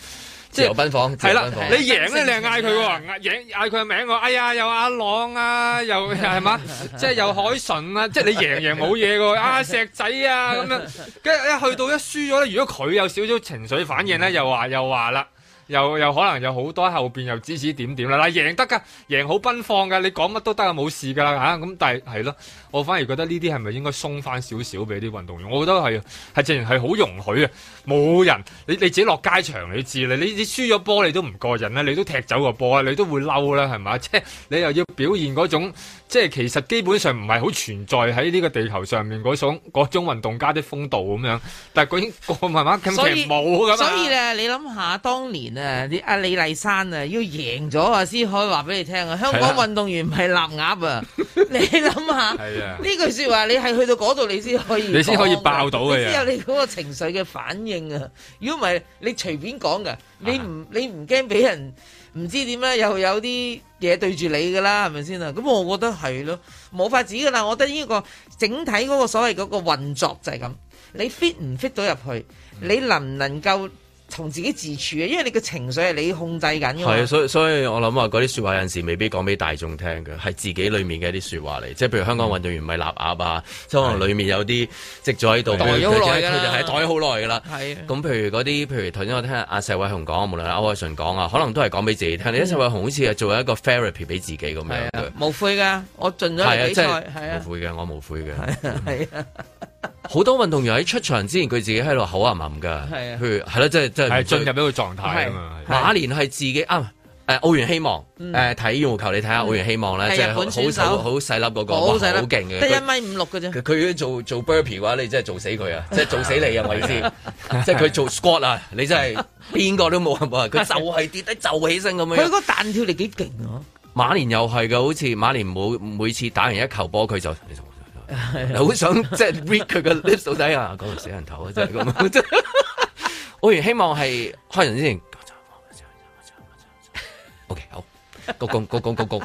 S3: 即係
S6: 由奔放，
S3: 係啦
S6: 自由奔，放
S3: 你贏咧，
S4: (laughs)
S3: 你係嗌佢喎，嗌贏嗌佢嘅名喎。哎呀，又阿朗啊，又係嘛，即係又海純啊，即係你贏贏冇嘢嘅
S6: (laughs)
S3: 喎。啊，石仔啊咁樣，跟住一去到一輸咗咧，如果佢有少少情緒反應咧，又話又話啦。又又可能有好多後邊又指指點點啦，嗱贏得㗎，贏好奔放㗎，你講乜都得啊，冇事㗎啦嚇，咁、但係係咯，我反而覺得呢啲係咪應該鬆翻少少俾啲運動員？我覺得係係自然係好容許啊，冇人你你自己落街場你知啦，你你輸咗波你都唔過癮啦，你都踢走個波啊，你都會嬲啦係嘛？即係你又要表現嗰種即係其實基本上唔係好存在喺呢個地球上面嗰種嗰種運動家啲風度咁樣，但係嗰啲過慢慢咁
S4: 所
S3: 其
S4: 以
S3: 實冇㗎嘛。
S4: 所以咧，你諗下，當年啊，啲阿李麗珊啊，要贏咗啊，先可以話俾你聽啊。香港
S3: 係啊
S4: 運動員唔係臘鴨啊，你諗下
S3: 係啊
S4: 呢句説話，你係去到嗰度你先可以講㗎，
S3: 你先可以爆到嘅
S4: 你先有
S3: 嘢
S4: 你嗰個情緒嘅反應啊。如果唔係，你隨便講㗎，你
S6: 啊
S4: 唔你唔驚俾人唔知點咧，又有啲嘢對住你㗎啦，係咪先啊？咁我覺得係咯，冇法子㗎啦。我覺得呢個整體嗰個所謂嗰個運作就係咁。你 fit 唔 fit 到入去，
S6: 嗯
S4: 你能唔能夠同自己自處啊？因為你嘅情緒係你控制緊㗎
S6: 係啊，
S4: 嘛。
S6: 所以所以我諗話嗰啲説話有陣時未必講俾大眾聽嘅，係自己裡面嘅一啲説話嚟，即係譬如香港運動員唔係立鴨啊，即係可能裡面有啲積咗喺度，
S4: 袋咗好耐㗎啦啊
S6: 佢就係袋咗好耐㗎啦。
S4: 係啊
S6: 咁譬如嗰啲，譬如頭先我聽阿石偉雄講，無論阿歐鎧淳講啊，可能都係講俾自己聽。你睇石偉雄好似係做一個 therapy 俾自己咁樣
S4: 係
S6: 嘅
S4: 啊，，無悔㗎，我盡咗
S6: 係
S4: 嚟
S6: 啊，
S4: 比
S6: 即
S4: 賽，係
S6: 係
S4: 啊
S6: 無，悔嘅，我無悔嘅。
S4: 係啊，
S6: 好多運動員喺出場之前，佢自己喺度口吟吟㗎，
S4: 係啊
S6: 譬如係咯，即係即係
S3: 係進入一個狀態啊嘛係
S6: 馬連係自己啊。誒奧元希望
S4: 嗯
S6: 誒睇羽毛球，你睇下奧元希望咧，
S4: 係
S6: 即
S4: 日
S6: 係好
S4: 本選手
S6: 好好細粒嗰個，哇
S4: 好
S6: 好
S4: 細粒
S6: 勁嘅。
S4: 得一
S6: 佢
S4: 米五六嘅啫。
S6: 佢佢如果做做 burpee 嘅話，你真係做死佢啊！即 (laughs) 係做死你啊！我意思， (laughs) 即係佢做 squat 啊，你
S4: (laughs)
S6: 真係邊個都冇啊！佢就係跌低就起身咁樣。
S4: 佢嗰彈跳力幾勁啊！
S6: 馬連又係嘅，好似馬連每每次打完一球波，佢就你 (laughs) (laughs) 好想即係 read 佢 (laughs) 嘅 lips 到底啊，嗰度死人頭啊，真係咁。 (laughs) 即係我原希望係開人之前，OK 好，鞠躬鞠躬鞠躬。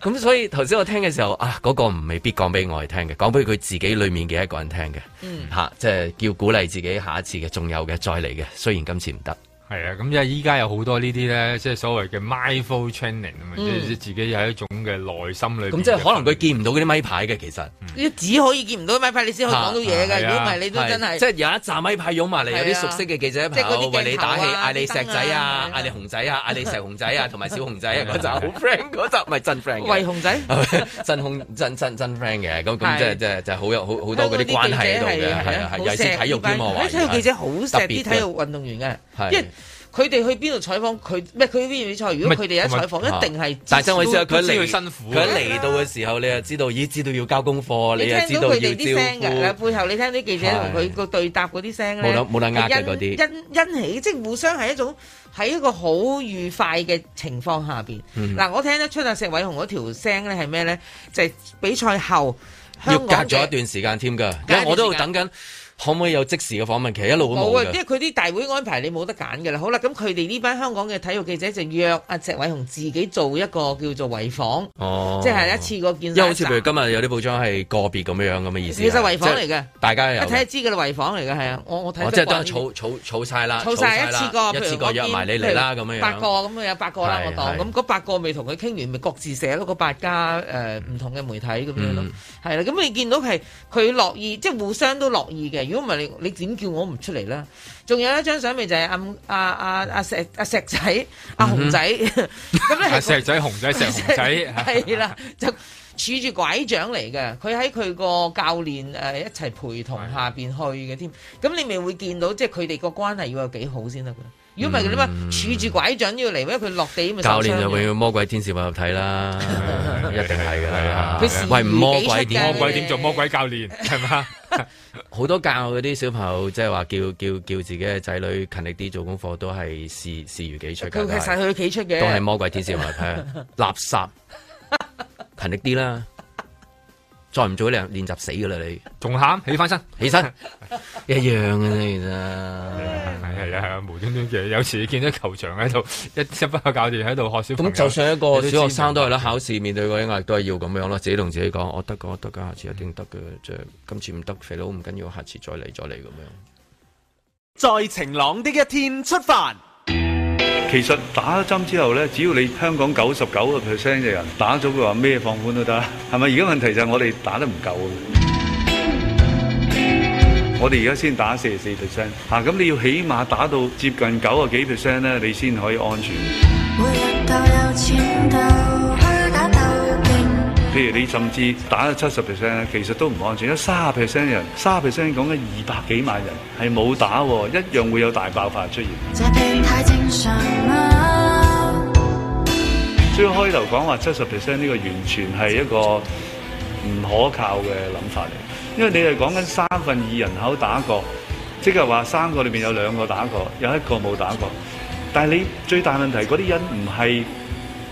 S6: 咁所以頭先我聽嘅時候啊，嗰、個唔未必講俾我哋聽嘅，講俾佢自己裡面嘅一個人聽嘅，嚇、
S3: 嗯
S6: 即係叫鼓勵自己下一次嘅，仲有嘅，再嚟嘅。雖然今次唔得，
S3: 係啊，咁因為依家有好多呢啲咧，即係所謂嘅 mindful training 啊嘛，即
S6: 嗯
S3: 係自己有一種嘅內心裏邊嘅。
S6: 咁即係可能佢見唔到嗰啲咪牌嘅，其實。
S4: (laughs) 你只可以見唔到米派，你先可以講到嘢
S6: 嚇
S4: 㗎。如果唔係，你都真係
S6: 即係有一扎咪派湧埋嚟，有啲熟悉嘅記者朋
S4: 係啊即係嗰
S6: 友
S4: 啲
S6: 為你打氣，
S4: 鏡頭啊
S6: 嗌你石仔啊，嗌你熊仔
S4: (laughs)
S6: 啊，嗌你石熊仔啊，同埋小熊仔啊，嗰集好 friend 嗰集，咪真 friend 嘅。
S4: 為嗯熊仔
S6: 係咪 (laughs) 真空真真真 friend 嘅，咁咁
S4: 係
S6: 即係即係就係好有好好多嗰啲關係喺度嘅，係啊係啊，尤其是體育添我話
S4: 啲體育記者好
S6: 特
S4: 錫
S6: 別
S4: 啲
S6: 嘅
S4: 體育運動員嘅，
S6: 係
S4: 因為佢哋去邊度採訪，佢咩佢去邊度比賽，如果佢哋一採訪，一定係。
S6: 啊但係真我意思係啊佢一
S3: 都知
S6: 嚟
S3: 佢辛
S4: 啊
S3: 苦
S6: 佢一嚟到嘅時候，你就知道，咦，知道要交功課，
S4: 你
S6: 又知
S4: 聽到
S6: 道
S4: 佢
S6: 要
S4: 哋啲聲㗎，
S6: 招呼。
S4: 背後你聽啲記者同佢個對答嗰啲聲咧，
S6: 冇得冇得呃嘅
S4: 係
S6: 嗰啲
S4: 欣欣喜即係互相係一種喺一個好愉快嘅情況下邊。
S6: 嗯
S4: 嗱，我聽得出阿石偉雄嗰條聲咧係咩咧？就係比賽後
S6: 要
S4: 香
S6: 隔
S4: 港
S6: 咗
S4: 嘅
S6: 一段時間添㗎，
S4: 隔一
S6: 因為
S4: 段
S6: 我都
S4: 時
S6: 等
S4: 間
S6: 緊可唔可以有即時嘅訪問期，一路都
S4: 冇
S6: 冇
S4: 啊，因為
S6: 嘅。
S4: 佢啲大會安排你冇得揀㗎啦。好啦，咁佢哋呢班香港嘅體育記者就約阿石偉雄自己做一個叫做圍訪，
S6: 哦，
S4: 即係一次過見
S6: 因
S4: 晒
S6: 為
S4: 一
S6: 好似
S4: 紮
S6: 譬如今日有啲報章係個別咁樣樣咁嘅意思啊，
S4: 其實圍訪嚟嘅
S6: 即係大家
S4: 一
S6: 有嘅。
S4: 睇就知㗎啦，圍訪嚟㗎係啊，我我睇
S6: 哦，
S4: 得
S6: 即係
S4: 慣
S6: 當
S4: 呢啲
S6: 儲儲儲晒啦，
S4: 湊晒一次過，
S6: 一
S4: 譬
S6: 次
S4: 如
S6: 過
S4: 我
S6: 約
S4: 見
S6: 埋你嚟啦，
S4: 譬
S6: 咁
S4: 如
S6: 樣
S4: 八個咁樣有八個啦，
S6: 係
S4: 我當
S6: 係
S4: 咁嗰八個未同佢傾完，咪各自寫咯，嗰八家誒唔同嘅媒體咁樣咯
S6: 嗯，
S4: 係啦。咁你見到係佢樂意，即係互相都樂意嘅。如果唔係你你點叫我唔出嚟啦？仲有一張相咪就係阿阿阿阿石阿石仔阿
S3: 嗯哼
S6: (laughs)
S4: 熊仔，咁咧
S3: 阿
S4: 係 (laughs)
S3: 石仔、熊仔、石熊仔，
S4: 係啦，就恃住拐杖嚟嘅，佢喺佢個教練誒、呃一齊陪同下邊去嘅添。咁你咪會見到即係佢哋個關係要有幾好先得嘅。如果唔係你咪恃住拐杖要嚟，因為佢落地咪受
S6: 嗯教
S4: 傷
S6: 練就永
S4: 嘅。
S6: 遠魔鬼天使混合體
S4: (laughs)
S6: 啦，一定係㗎啦。
S4: 佢視
S6: 喂，唔魔
S4: 乎
S6: 鬼
S4: 己出
S6: 點
S4: 嘅魔鬼點做
S3: 魔鬼教練係嘛？
S6: (laughs) 好多教嗰啲小朋友即係話叫叫叫自己嘅仔女勤力啲做功課，都係視視如己出㗎。
S4: 佢
S6: 都
S4: 其實
S6: 係
S4: 佢屋企出嘅，
S6: 都係魔鬼天使混合體
S3: (laughs)
S6: 啊，垃圾，勤力啲啦。再唔做呢練習死㗎啦你，
S3: 仲喊起翻身，
S6: 起
S3: (laughs)
S6: 身一樣嘅啫，其實。
S3: 係啊，無端端嘅，有時見到球場喺度一一班教練喺度學小朋友
S6: 咁就算一個
S3: 你都知
S6: 小學生都係啦，考試面對嗰啲壓力都係要咁樣咯，自己同自己講，我得㗎，我得㗎，下次一定得嘅，即係今次唔得，肥佬唔緊要，下次再嚟再嚟咁樣。
S14: 在晴朗的一天出發。
S13: 其實打咗針之後咧，只要你香港九十九個 percent 嘅人打咗，佢話咩放寬都得，係咪？而家問題就係我哋打得唔夠。我哋而家先打四十四 percent，嚇咁你要起碼打到接近九啊幾 percent 咧，你先可以安全。譬如你甚至打咗七十 percent 咧，其實都唔安全，因為三十 percent 人，三十 percent 講緊二百幾萬人係冇打喎，一樣會有大爆發出現。最開頭講話七十 percent 呢個完全係一個唔可靠嘅諗法嚟，因為你係講緊三分二人口打過，即係話三個裏面有兩個打過，有一個冇打過。但係你最大問題嗰啲人唔係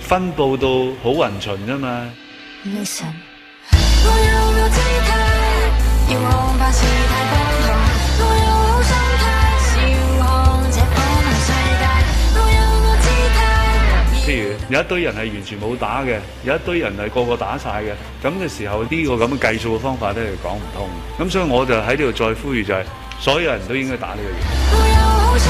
S13: 分佈到好勻循啫嘛。譬如有一堆人係完全冇打嘅，有一堆人係個個打晒嘅，咁嘅時候呢個咁嘅計數嘅方法咧係講唔通。咁所以我就喺呢度再呼籲就係、所有人都應該打呢個疫苗。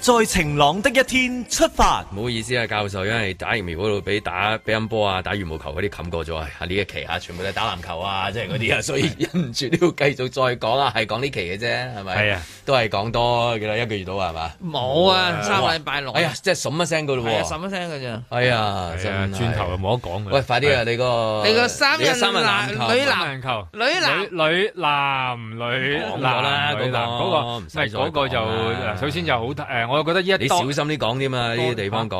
S14: 在晴朗的一天出發。
S6: 唔好意思啊，教授，因為打疫苗嗰度俾打乒乓波啊、打羽毛球嗰啲冚過咗啊，呢一期啊，全部都係打籃球啊， (laughs) 即係嗰啲啊，所以忍唔住都要繼續再講啊，係講呢期嘅啫，係咪？
S4: 係啊，
S6: 都係講多幾多一個月到啊係嘛？
S4: 冇啊，三個禮拜六。
S6: 哎呀，即係筍一聲噶咯
S4: 係啊，
S6: 喎！
S4: 十一聲嘅咋。
S6: 哎
S3: 係
S6: 呀，
S3: 啊
S6: 真係
S3: 轉頭又冇得講㗎
S6: 喂，快啲啊！
S3: 係
S6: 你個
S4: 你個三
S6: 你個
S4: 人
S6: 三人
S4: 男
S6: 籃球
S4: 女
S3: 三
S4: 男
S3: 人球
S4: 女男
S3: 女男女
S6: 講過
S3: 男
S6: 啦
S3: 女男
S6: 嗰個
S3: 嗰個
S6: 唔
S3: 唔
S6: 使
S3: 係
S6: 再
S3: 嗰個就
S6: 講啦
S3: 誒首先就好誒，我覺得呢一
S6: 你小心啲講添啊！呢啲地方講，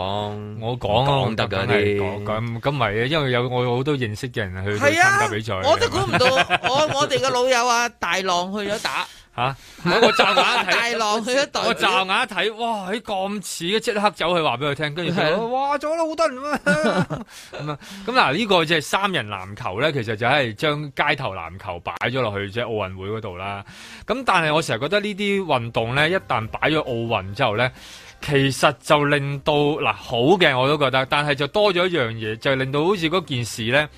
S3: 我講啊
S6: 講得㗎
S3: 梗係講咁咁咪因為有我有好多認識嘅人去參
S4: 係啊
S3: 加比賽，
S4: 我都估唔到，我我哋嘅老友啊，大浪去咗打，
S3: 嚇！我驟眼睇
S4: 大浪去咗代表
S3: 我驟眼一睇，哇！佢咁似嘅，即刻走去話俾佢聽，跟住佢
S4: 係啊
S3: 話
S4: 咯
S3: 啊哇，咗啦好多人啊！咁啊，咁嗱呢個即係三人籃球咧，其實就係將街頭籃球擺咗落去即係奧運會嗰度啦。咁但係我成日覺得呢啲運動咧，一旦擺咗奧運之後咧。其實就令到嗱好嘅我都覺得，但係就多咗一樣嘢，就係令到好似嗰件事咧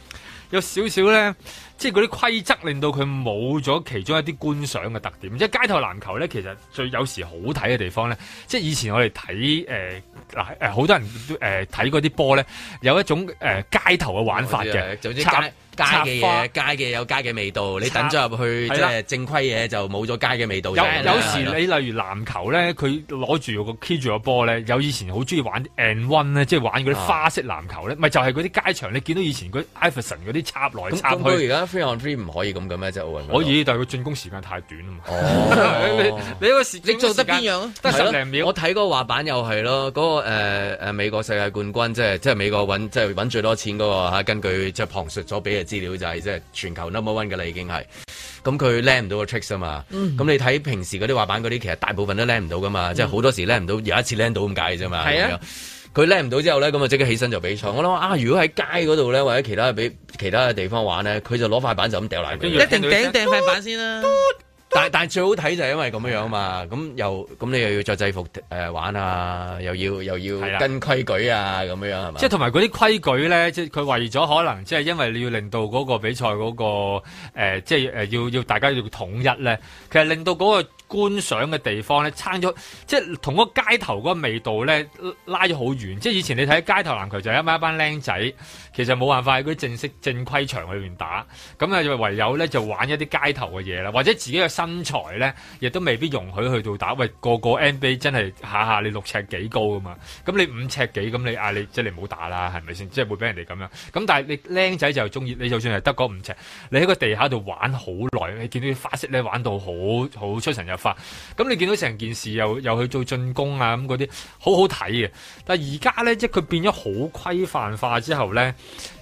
S3: 有少少咧，即係嗰啲規則令到佢冇咗其中一啲觀賞嘅特點。即係街頭籃球咧，其實最有時好睇嘅地方咧，即係以前我哋睇誒嗱誒好多人都誒睇嗰啲波咧，有一種誒、呃街頭嘅玩法嘅，
S6: 啊總之街
S3: 插
S6: 街嘅
S3: 插花
S6: 嘢，街嘅有街嘅味道。你
S3: 插
S6: 等咗入去即
S3: 係啦
S6: 係正規嘢，就冇咗街嘅味道啫。
S3: 有
S6: 係啦
S3: 有
S6: 係
S3: 時
S6: 啦
S3: 你例如籃球咧，佢攞住個 keep 住個波咧，有以前好中意玩 and one 咧，即係玩嗰啲
S6: 啊
S3: 花式籃球咧，咪就係嗰啲街場你見到以前嗰啲 Iverson 嗰啲插來
S6: 咁
S3: 插
S6: 咁佢而
S3: 去。
S6: 家 free on free 唔可以咁嘅咩？即係奧運嗰度
S3: 可以，但係佢進攻時間太短啊嘛。 (laughs)
S6: 哦
S3: 你你個時你
S4: 做得邊樣啊
S3: 得十
S6: 係咯
S3: 零秒。
S6: 我睇嗰個滑板又係咯，嗰、個誒、呃、美國世界冠軍，即係即係美國揾即係揾最多錢嗰、個嚇根據即係旁述所俾嘅資料就係、即係全球 number one 嘅啦已經係。咁佢 land 唔到個 tricks 啊嘛，咁、
S4: 嗯
S6: 你睇平時嗰啲滑板嗰啲，其實大部分都 land 唔到噶嘛，即係好多時 land 唔到，有一次 land 到咁解啫嘛。
S4: 係啊
S6: 咁樣佢叻唔到之後咧，咁啊即刻起身就比賽。我諗啊，如果喺街嗰度咧，或者其他俾其他嘅地方玩咧，佢就攞塊板就咁掉嚟，
S4: 一定掟掟塊板先啦。
S6: 但但最好睇就係因為咁樣樣嘛，咁又咁你又要着制服誒玩啊，又要
S3: 係
S6: 又
S3: 啦
S6: 要跟規矩啊，咁樣樣係嘛？
S3: 即係同埋嗰啲規矩咧，即係佢為咗可能即係因為你要令到嗰個比賽嗰、個、呃、即係誒要要大家要統一咧，其實令到嗰個觀賞嘅地方咧撐咗，即係同嗰個街頭嗰個味道咧拉咗好遠。即係以前你睇街頭籃球就係一班一班僆仔，其實冇辦法喺嗰啲正式正規場裏邊打，咁啊就唯有咧就玩一啲街頭嘅嘢啦，或者自己嘅身材咧亦都未必容許去到打。喂，個個 NBA 真係下下你六尺幾高噶嘛，咁你五尺幾咁你嗌你即係你唔好打啦，係咪先？即係會俾人哋咁樣。咁但係你僆仔就中意，你就算係得嗰五尺，你喺個地下度玩好耐，你見到啲花式咧玩到好好出神入化。咁你見到成件事又又去做進攻啊咁嗰啲，好好睇嘅。但係而家咧，即係佢變咗好規範化之後咧，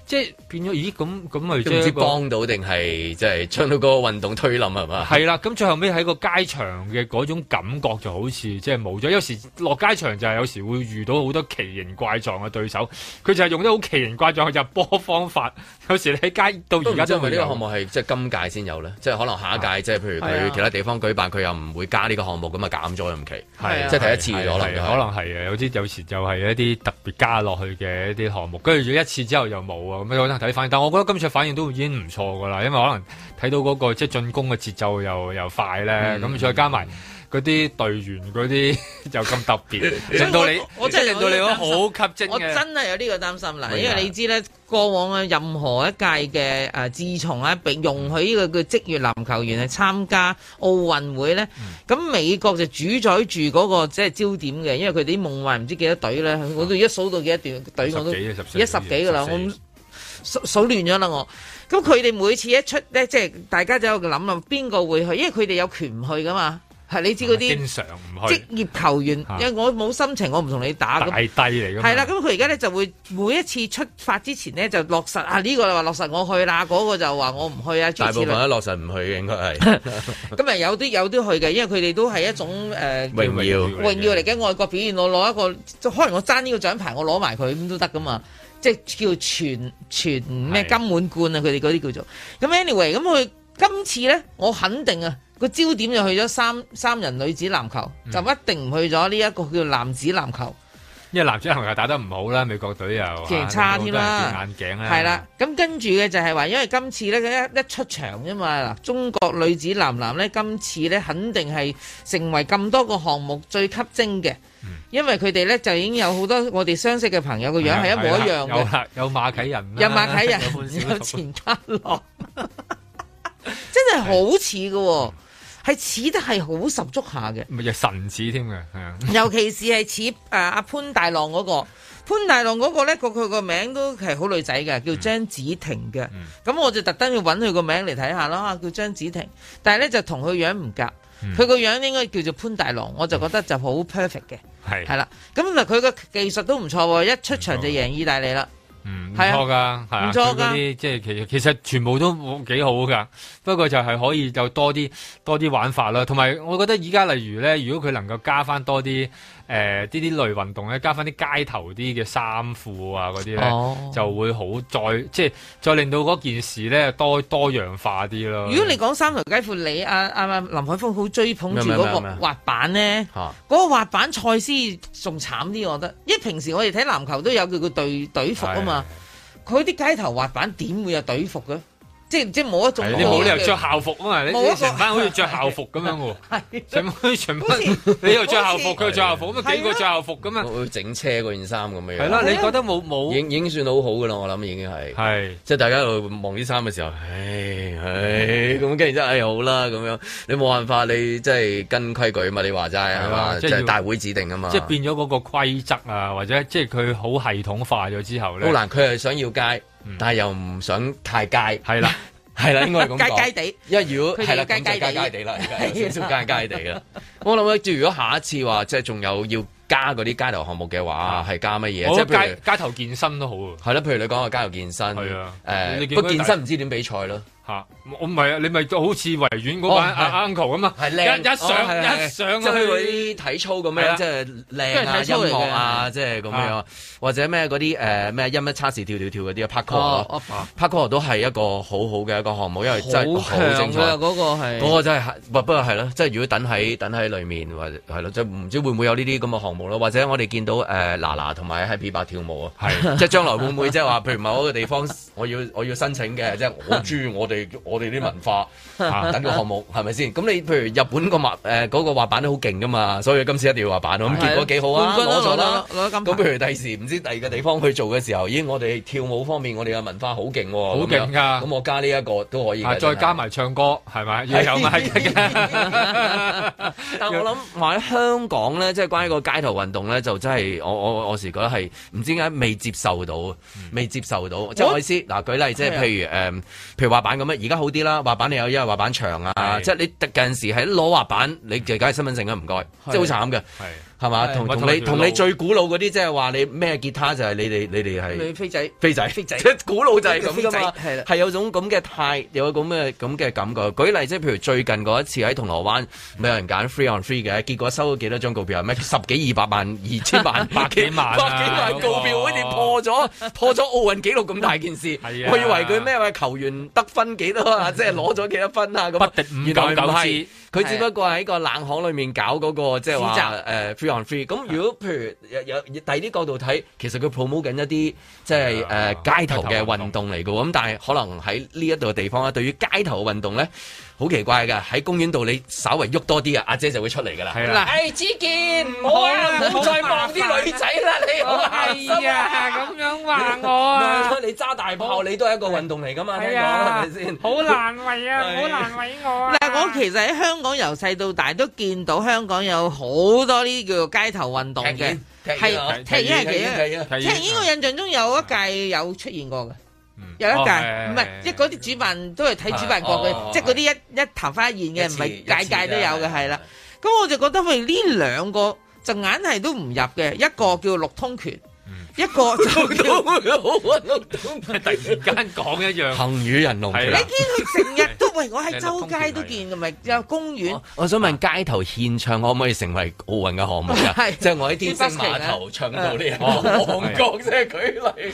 S3: 即係變咗咦咁咁咪即
S6: 都
S3: 係
S6: 唔
S3: 一
S6: 知
S3: 個
S6: 幫到定係即係將到嗰個運動推冧係嘛？
S3: 係啦，咁最後尾喺個街場嘅嗰種感覺就好似即係冇咗。有時落街場就係有時會遇到好多奇形怪狀嘅對手，佢就係用啲好奇形怪狀嘅入波方法。有時你喺街到而家都
S6: 因
S3: 會
S6: 為呢個
S3: 有
S6: 項。目係即係今屆先有咧，即係可能下一屆即係譬如
S3: 係啊
S6: 佢其他地方舉辦，佢又唔會加呢個項目咁啊減咗任期，
S3: 係啊
S6: 即係睇一次可能
S3: 係啊可能係啊，有啲有時就係一啲特別加落去嘅一啲項目，跟住一次之後又冇啊，咁有得睇反應。但我覺得今次反應都已經唔錯噶啦，因為可能睇到嗰、個即係進攻嘅節奏又又快咧，
S4: 嗯
S3: 咁、再加埋。嗰啲隊員嗰啲就咁特
S4: (laughs)
S3: 別， (laughs) 令到你
S4: 我我
S3: 即係
S4: 真係
S3: 令到你覺得好
S4: 有
S3: 吸睛
S4: 我
S3: 嘅。
S4: 真係有呢個擔心啦，
S3: 明白
S4: 因為你知咧，過往啊任何一屆嘅誒，自從啊被容許呢個叫職業籃球員係參加奧運會咧，
S3: 嗯
S4: 咁、美國就主宰住嗰個即係焦點嘅，因為佢哋啲夢幻唔知幾多隊咧，我都一數到幾多隊隊我都
S3: 啊十幾啊十四
S4: 一十幾噶啦，
S3: 十四
S4: 我唔數數亂咗啦我。咁佢哋每次一出咧，即係大家就有個諗啦，邊個會去？因為佢哋有權唔去噶嘛，係你知嗰啲
S3: 經常唔去
S4: 職業球員
S3: 啊，
S4: 因為我冇心情，我唔同你打咁
S3: 大帝嚟㗎
S6: 啊
S3: 嘛
S4: 係啦，咁佢而家咧就會每一次出發之前咧就落實啊，呢、個就話落實我去啦，嗰、個就話我唔去啊，諸
S6: 大
S4: 如此類
S6: 部分都落實唔去嘅應
S3: (laughs)
S6: 該係
S4: 咁啊有啲有啲去嘅，因為佢哋都係一種誒、呃
S6: 榮耀
S4: 榮耀嚟嘅外國表現，我攞一個，可能我爭呢個獎牌，我攞埋佢咁都得噶嘛。即係叫全全咩金滿貫啊，佢哋嗰啲叫做。咁 anyway，咁佢今次咧，我肯定啊，個焦點就去咗三三人女子籃球，
S6: 嗯
S4: 就一定唔去咗呢一個叫男子籃球。
S3: 因為男子籃球打得唔好啦，美國隊又啊
S4: 其實差添啦
S3: 好多人跌眼鏡啦，
S4: 係啦，咁跟住嘅就係話，因為今次咧佢一一出場啫嘛，嗱，中國女子男籃咧今次咧肯定係成為咁多個項目最吸睛嘅，因為佢哋咧就已經有好多我哋相識嘅朋友個樣係一模一樣
S3: 有
S4: 嘅，
S3: 啦，有馬啟仁啦，
S4: 有馬啟
S3: (laughs) 有潘
S4: 仁，
S3: 小
S4: 有錢嘉樂，真係好似嘅喎，係似得係好十足下嘅。
S3: 咪有神子添嘅，係啊。
S4: (laughs) 尤其是係似誒阿潘大浪嗰、個。潘大浪嗰個咧，個佢個名都係好女仔嘅，
S3: 嗯
S4: 叫張子婷嘅。咁、我就特登要揾佢個名嚟睇下啦，叫張子婷。但係咧就同佢樣唔夾，
S15: 嗯
S4: 佢個、樣應該叫做潘大浪，
S3: 嗯
S4: 我就覺得就好 perfect 嘅。
S3: 係
S4: 係啦，咁嗱佢個技術都唔錯喎，一出場就贏意大利啦。
S3: 嗯，唔
S4: 係啊
S3: 錯噶，係啊，
S4: 唔錯㗎
S3: 佢嗰啲即係其實其實全部都幾好噶，不過就係可以就多啲多啲玩法啦，同埋我覺得而家例如咧，如果佢能夠加翻多啲誒呢啲類運動咧，加翻啲街頭啲嘅衫褲啊嗰啲咧，
S4: 哦
S3: 就會好再即係再令到嗰件事咧多多樣化啲咯。
S4: 如果你講三條街褲，你阿阿阿林海峰好追捧住
S3: 咩咩
S4: 嗰
S3: 咩咩
S4: 個滑板咧，
S6: 嚇
S4: 嗰個滑板賽斯仲慘啲，我覺得，因為平時我哋睇籃球都有佢個隊隊服啊嘛，佢啲街頭滑板點會有隊服嘅？即即冇一種
S3: 係你冇理由
S4: 嘅
S3: 着校服啊嘛，你
S4: 冇一個
S3: 你成班好似着校服咁樣
S4: 喎，
S3: 成班全班你又着校服，佢又着校服，咁啊幾個着校服咁啊，
S6: 會整車嗰件衫咁樣。
S3: 係啦你
S4: 啊
S3: 覺得冇冇
S6: 已經已經算好好噶啦，我諗已經係
S3: 係
S6: 即係大家喺度望啲衫嘅時候，唉唉咁，跟住之後唉好啦咁樣，你冇辦法，你即係跟規矩嘛，你話齋係
S3: 係
S6: 嘛，
S3: 啊
S6: 即
S3: 即係要
S6: 係大會指定啊嘛，
S3: 即係變咗嗰個規則啊，或者即係佢好系統化咗之後咧，
S6: 好難。佢係想要街，但係又唔想太街。
S3: 係啦，
S6: (laughs) 係啦，應該係咁講
S4: 街街地
S6: 因為如果
S4: 佢哋
S6: 係啦，
S4: 街
S6: 咁就
S4: 街
S6: 街
S4: 地
S6: 街地啦，而家有
S4: 係
S6: 少
S4: 啦
S6: 少街街地啦。啊 (laughs) 我諗咧，如果下一次話即係仲有要加嗰啲街頭項目嘅話，係加乜嘢？
S3: 啊 (laughs) 我覺
S6: 即係
S3: 得
S6: 譬如
S3: 街街頭健身都好啊。
S6: 係啦，譬如你講個街頭健身，係啊
S3: 你
S6: 誒，
S3: 見
S6: 不
S3: 嗰
S6: 過
S3: 啲
S6: 健
S3: 大
S6: 身唔知點比賽咯。
S3: 嚇，我唔係啊，你咪就好似維園嗰班
S6: 哦係
S3: 阿 uncle 咁啊，
S6: 係
S3: 一
S6: 靚
S3: 一
S6: 哦係
S3: 上
S6: 係
S3: 一上
S6: 即係佢
S3: 去
S6: 嗰啲體操咁
S3: 係
S6: 樣，
S3: 啦
S6: 即係靚啊、
S3: 都係體操嚟
S6: 音
S3: 嘅
S6: 樂啊，即係咁樣
S3: 啊，
S6: 或者咩嗰啲誒咩音一叉時跳跳跳嗰啲啊，parkour
S3: 哦
S6: 咯，parkour 都係一個好好嘅一個項目，因為真係好
S4: 好強
S6: 精彩。
S4: 㗎嗰個係
S6: 嗰個真係，不不過係咯，即係如果等喺等喺裡面或者係咯，即係唔知會唔會有呢啲咁嘅項目咯，或者我哋見到誒嗱嗱同埋喺 P 八跳舞啊，係即係將來會唔會即係話，譬如某一個地方我要我要申請嘅，即係我中意我哋我哋啲文化啊等個項目係咪先？咁你譬如日本個滑誒嗰個滑板都好勁噶嘛，所以今次一定要滑板咯，咁結果幾好啊，
S4: 冠軍
S6: 攞
S4: 咯
S6: 咗啦。
S4: 攞咗攞咗金牌
S6: 咁譬如第時唔知第二個地方去做嘅時候，咦，我哋跳舞方面我哋嘅文化好勁喎，
S3: 好勁㗎
S6: 咁樣咁我加呢一個都可以
S3: 啊
S6: 嘅，
S3: 再
S6: 真係
S3: 加埋唱歌係咪？要
S6: (laughs)
S3: 有埋
S6: 但我諗話喺香港咧，即係關於個街頭運動咧，就真係我我我時覺得係唔知點解未接受到，
S3: 嗯
S6: 未接受到。即係我意思，嗱舉例即係
S5: 係啊
S6: 譬如誒，譬如滑板咁啊樣，而家好啲啦，滑板你有因為滑板場啊，即係你突近時係攞滑板，你就梗係身份證啊，唔該，即係好慘嘅，係嘛？
S5: 係
S6: 同
S5: 咪同
S6: 同你
S5: 埋條
S6: 同你
S5: 路
S6: 最古老嗰啲，即係話你咩吉他就係你哋你哋
S4: 你
S6: 係。
S4: 飛仔，
S6: 飛仔，
S4: 飛仔
S6: 即係古老就係咁
S4: 飛
S6: 噶嘛，
S4: 仔係啦
S6: 係有種咁嘅態，有咁嘅咁嘅感覺。舉例即係譬如最近嗰一次喺銅鑼灣，咪有人揀 free on free 嘅，結果收咗幾多張告票係咩？十幾二百萬、二千 (laughs) 萬、百幾
S3: 萬啊
S6: 百幾萬告票，好
S3: 嗰個
S6: 似破咗破咗奧運紀錄咁大件 (laughs) 事。
S3: 啊
S6: 我以為佢咩話球員得分幾多 (laughs) 啊，即係攞咗幾多分啊咁。不敵
S3: 五九九
S6: 係
S3: 支，
S6: 佢只不過喺個冷巷裏面搞嗰個即係話誒呃 free on free。咁如果譬如有有第二啲角度睇，其實佢 promote 緊一啲即係誒街頭嘅運動嚟嘅喎。咁但係可能喺呢一度嘅地方咧，對於街頭運動咧，好奇怪㗎。喺公園度你稍為喐多啲啊，阿姐就會出嚟㗎啦。係
S2: 啦
S6: 誒哎子健，唔
S2: 好啊
S6: (laughs) 唔好再望啲女仔啦，你好
S2: 哎呀
S3: 啊咁樣
S2: 話我啊
S6: 你揸大炮，你都係一個運動嚟㗎嘛？聽講
S4: 係啊
S6: 係咪先？
S4: 好難
S3: 為
S4: 啊好難
S3: 為我
S6: (laughs)
S3: 啊
S4: 嗱，我其實喺香港由細到大都見到香港有好多呢叫做街頭運動嘅，
S6: 踢毽
S4: 係
S6: 踢毽
S4: 踢毽
S6: 踢毽踢
S4: 係
S6: 毽
S4: 嘅。踢毽我印象中有一屆有出現過嘅。有一屆，
S6: 哦
S4: 唔
S6: 係
S4: 係即係嗰啲主辦都係睇主辦國
S6: 係哦
S4: 嘅，即係嗰啲一一頭花現嘅，
S6: 一
S4: 唔
S6: 次
S4: 係屆屆都有
S6: 一
S4: 嘅，
S6: 次
S4: 係啦。咁我就覺得佢呢兩個就硬係都唔入嘅，一個叫六通拳，一個就
S6: (laughs)
S4: 叫
S3: (laughs) 突然間講一
S4: 啊
S3: 樣
S6: 行與人龍。
S3: 係
S4: 你
S6: 啦
S4: 見佢成日都喂，我喺
S6: 係
S4: 周街都見嘅，咪有公園。
S6: 我想問街頭獻唱可唔可以成為奧運嘅項目㗎？
S4: 係
S6: (laughs) 即係我喺天星碼頭唱到呢個
S3: 哦
S6: (laughs) 韓國即係舉例。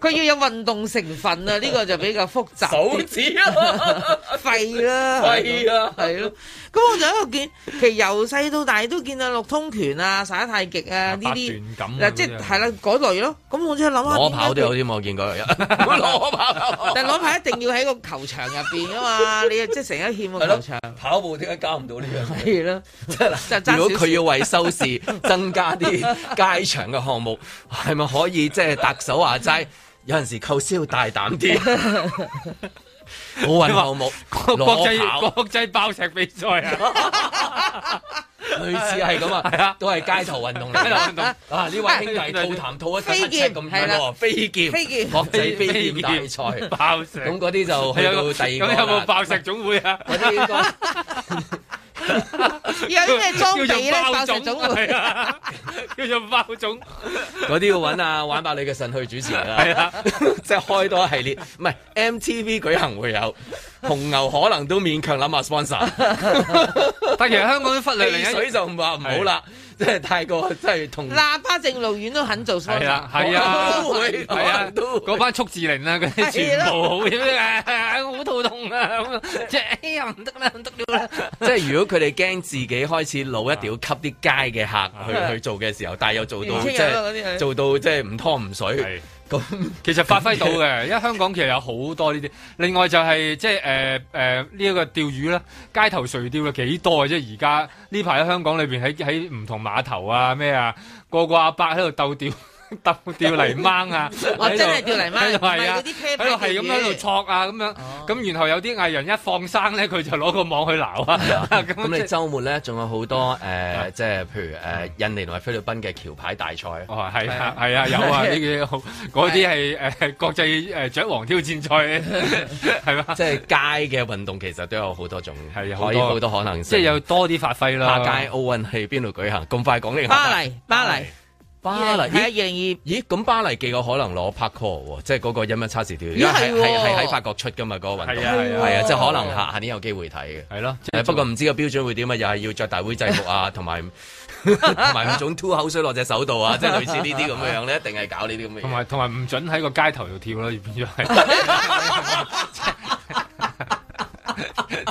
S4: 佢要有運動成分
S6: (laughs)
S4: 啊，呢個就比較複雜。
S6: 手指啊，
S4: 肺啦，
S6: 肺啊
S4: 係咯。咁我就喺度見，其實由細到大都見啊六通拳啊、耍太極啊呢啲，
S6: 八段錦啊
S4: 嗱即係
S6: 嗰啲啊
S4: 係啦嗰類咯。咁我真係諗下，
S6: 攞跑都有 (laughs) 啲我 (laughs) 見過有人。
S4: 但攞牌一定要喺個球場入邊噶
S6: (laughs)
S4: 嘛，你即係成日欠個
S6: 係
S4: 球
S6: 咯
S4: 場。，
S6: 跑步點解加唔到呢樣嘢？
S4: 係咯，
S6: 即係
S4: 爭
S6: 嗱，如果
S4: 少
S6: 佢
S4: 少
S6: 要為收視 (laughs) 增加啲街場嘅項目，係咪可以即係特首話齋？有陣時構思要大膽啲，
S3: (laughs)
S6: 奧運項目
S3: 國國
S6: 攞跑
S3: 際國際爆石比賽啊！
S6: 類似係咁啊，
S3: 係啊
S6: 都係街頭運動嚟。
S3: 街頭運動
S6: 啊！呢位兄弟吐痰吐一七尺
S3: 飛
S6: 咁遠
S3: 劍係
S6: 喎，
S3: 啦
S6: 飛劍，
S3: 飛劍
S6: 國際飛劍大賽，
S3: 爆石
S6: 咁嗰啲就去到第二個
S3: 咁有
S6: 啦
S3: 冇爆石總會啊？
S6: 嗰啲應該
S4: 有啲咩裝備咧？
S3: 叫做
S4: 爆
S3: 包
S4: 石
S3: 種
S4: 總會
S3: 係啊叫做爆種。
S6: 嗰啲要揾啊玩爆你嘅腎去主持啦，
S3: (laughs) 係啊，
S6: 即係開多一系列，唔係 MTV 舉行會有，紅牛可能都勉強諗下 sponsor，
S3: (laughs) 但其實香港都忽略另一
S6: 水就唔話唔好啦，即係太過即係同
S4: 喇叭正路院都肯做 sponsor，
S3: 係啊，係啊，
S4: 都會
S3: 係啊，嗰班速字靈啊，佢哋全部好啲啊，好肚痛啊，咁啊即係 (laughs) 哎呀唔得啦，唔得了啦，
S6: 即係如果佢哋驚自己開始老，一定要吸啲街嘅客去去做嘅時候，但係又做到
S3: 年
S6: 即
S3: 青人啊嗰啲
S6: 係
S3: 係
S6: 做到即係唔湯唔水。咁
S3: 其實發揮到嘅，因為香港其實有好多呢啲。另外就係即係誒誒呢一個釣魚啦，街頭垂釣啦幾多嘅啫。而家呢排喺香港裏邊喺喺唔同碼頭啊咩啊，個個阿伯喺度鬥釣。 (laughs) 鬥釣泥鯭
S4: (laughs)
S3: 啊！
S4: 我真係
S3: 喺度
S4: 釣泥鯭
S3: 喺度係
S4: 唔係
S3: 啊
S4: 嗰啲啤，牌
S3: 喺度係
S4: 釣魚
S3: 咁
S4: 哦
S3: 喺度戳啊咁樣，咁然後有啲藝人一放生咧，佢就攞個網去撈
S4: (laughs)
S6: (laughs)
S3: 啊！
S6: 咁你週末咧仲有好多誒，即係譬如誒印尼同埋菲律賓嘅橋牌大賽。
S3: 啊哦，係啊，係啊，有
S6: (laughs)
S3: 啊，呢啲好，嗰啲
S6: 啊
S3: 係誒國際誒雀王挑戰
S6: (laughs)
S3: 賽，係嘛？
S6: 即係街嘅運動其實都有好多種，係
S3: 好
S6: 可以
S3: 多
S6: 好多可能性。
S3: 即係有多啲發揮啦。
S6: 啊下屆奧運係邊度舉行？咁快講呢個？
S4: 巴黎，巴黎。
S6: 巴黎
S4: 係啊二零
S6: 二，啊咦咁巴黎幾有可能攞 p a r c o 喎，即係嗰個音樂測試條，
S4: 咦係
S6: 係
S4: 喎
S6: 係係喺法國出噶嘛嗰個運動，
S4: 係啊係啊
S6: 係啊，即係可能下下年有機會睇嘅，係咯，不過唔知個標準會點啊，又係要着大會制服啊，同埋同埋五種吐口水落隻手度啊，即係類似呢啲咁樣樣咧，一定係搞呢啲咁嘅嘢
S14: 同。埋同埋唔准喺個街頭度跳咯，變咗
S4: (laughs)
S3: (laughs)
S14: 係。
S3: 啊
S6: (laughs)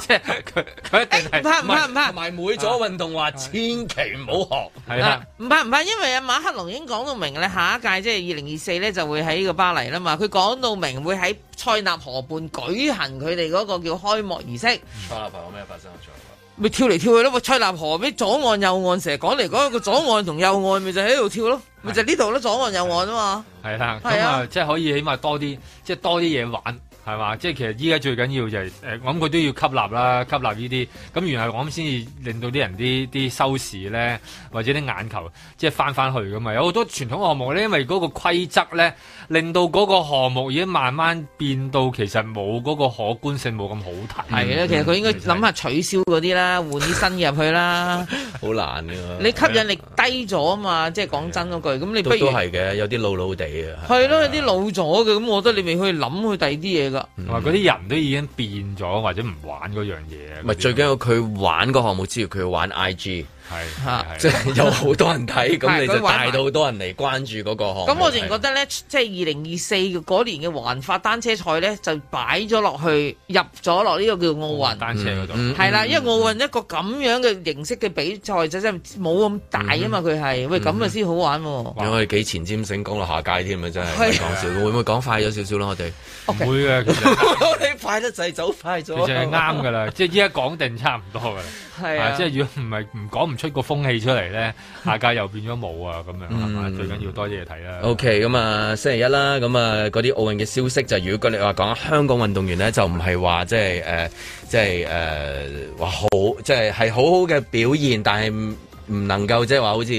S14: 即係佢佢一定係
S4: 唔怕唔怕唔怕，
S6: 同埋每咗運動話千祈唔好學，
S14: 係啦。
S4: 唔啊怕唔怕，因為阿馬克龍已經講到明咧，下一屆即係二零二四咧就會喺呢個巴黎啦嘛。佢講到明會喺塞納河畔舉行佢哋嗰個叫開幕儀式，
S6: 塞納河有咩發生啊？塞納河
S4: 咪跳嚟跳去咯。咪塞納河咩左岸右岸，成日講嚟講去個左岸同右岸咪就喺度跳咯，咪就呢度咯，左岸右岸啊嘛。
S14: 係啦，
S4: 係
S14: 咁
S4: 啊
S14: 啊，即係可以起碼多啲，即係多啲嘢玩，係嘛？即係其實依家最緊要就係、誒、我諗佢都要吸納啦，吸納呢啲，咁然後我諗先至令到啲人啲啲收視咧，或者啲眼球即係翻翻去噶啊嘛。有好多傳統項目咧，因為嗰個規則咧，令到嗰個項目已經慢慢變到其實冇嗰個可觀性冇咁好睇。
S4: 係啊，其實佢應該諗下取消嗰啲啦，換啲新嘅入去啦。
S6: 好難
S14: 嗯
S6: 㗎。
S4: 你吸引力低咗啊嘛，即係講真嗰句，咁你不
S6: 都
S4: 如
S6: 都係嘅，有啲老老地啊嘅。
S4: 係
S14: 啊
S4: 咯，有啲老咗嘅，咁我覺得你咪去諗去第二啲嘢
S6: 嗯
S4: 噶。
S14: 同埋嗰啲人都已經變咗，或者唔玩嗰樣啊嘢。
S6: 唔係最緊要佢玩個項目之餘，佢要玩 I G，
S14: 係
S6: (laughs) 即係有好多人睇，咁
S4: 係
S6: 你就
S4: 佢玩埋
S6: 帶到好多人嚟關注嗰個項目。
S4: 咁我仲覺得咧，即係二零二四嗰年嘅環法單車賽咧，就擺咗落去入咗落呢個叫奧運
S14: 哦單車嗰度
S4: 係啦，
S14: 嗯
S4: 因為奧運一個咁樣嘅形式嘅比賽就真係冇咁大啊嘛，佢係喂咁啊先好玩喎。
S6: 因為我哋幾前瞻性講到下屆添啊，真係唔
S4: 係
S6: 係講笑。會唔會講快咗少少啦？我哋
S4: 唔
S14: 會嘅，其
S6: (laughs)
S14: 實。
S4: 你快得滯，走快
S14: 其實係啱噶啦，
S4: (laughs)
S14: 即係依家講定差唔多噶啦。
S4: 係啊
S14: 即係如果唔係唔講唔出個風氣出
S4: (laughs)
S14: 嚟咧，下屆又變咗冇啊咁樣，
S4: 嗯
S14: 係嘛？最緊要多啲嘢睇啦。
S6: OK，咁啊星期一啦，咁啊嗰啲奧運嘅消息就如果你話講香港運動員咧，就唔係話即係誒，即係誒話好，即係係好好嘅表現，但係唔唔能夠即係話好似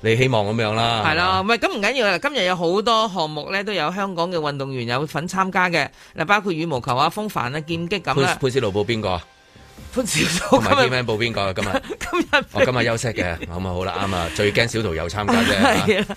S6: 你希望咁樣啦。
S4: 係啦，唔係咁唔緊要啦。啊今日有好多項目咧，都有香港嘅運動員有份參加嘅，嗱，包括羽毛球啊、風帆啊、劍擊咁
S6: 潘
S4: 啦。
S6: 潘斯路報邊個啊？
S4: 潘少
S6: 同埋 T Man 報邊個啊？今日
S4: (laughs)
S6: 今
S4: 日
S6: 我今日休息嘅，好咪好啦，啱啊！最驚小徒有參加
S4: (laughs)
S6: 啫。
S4: 係啦，啊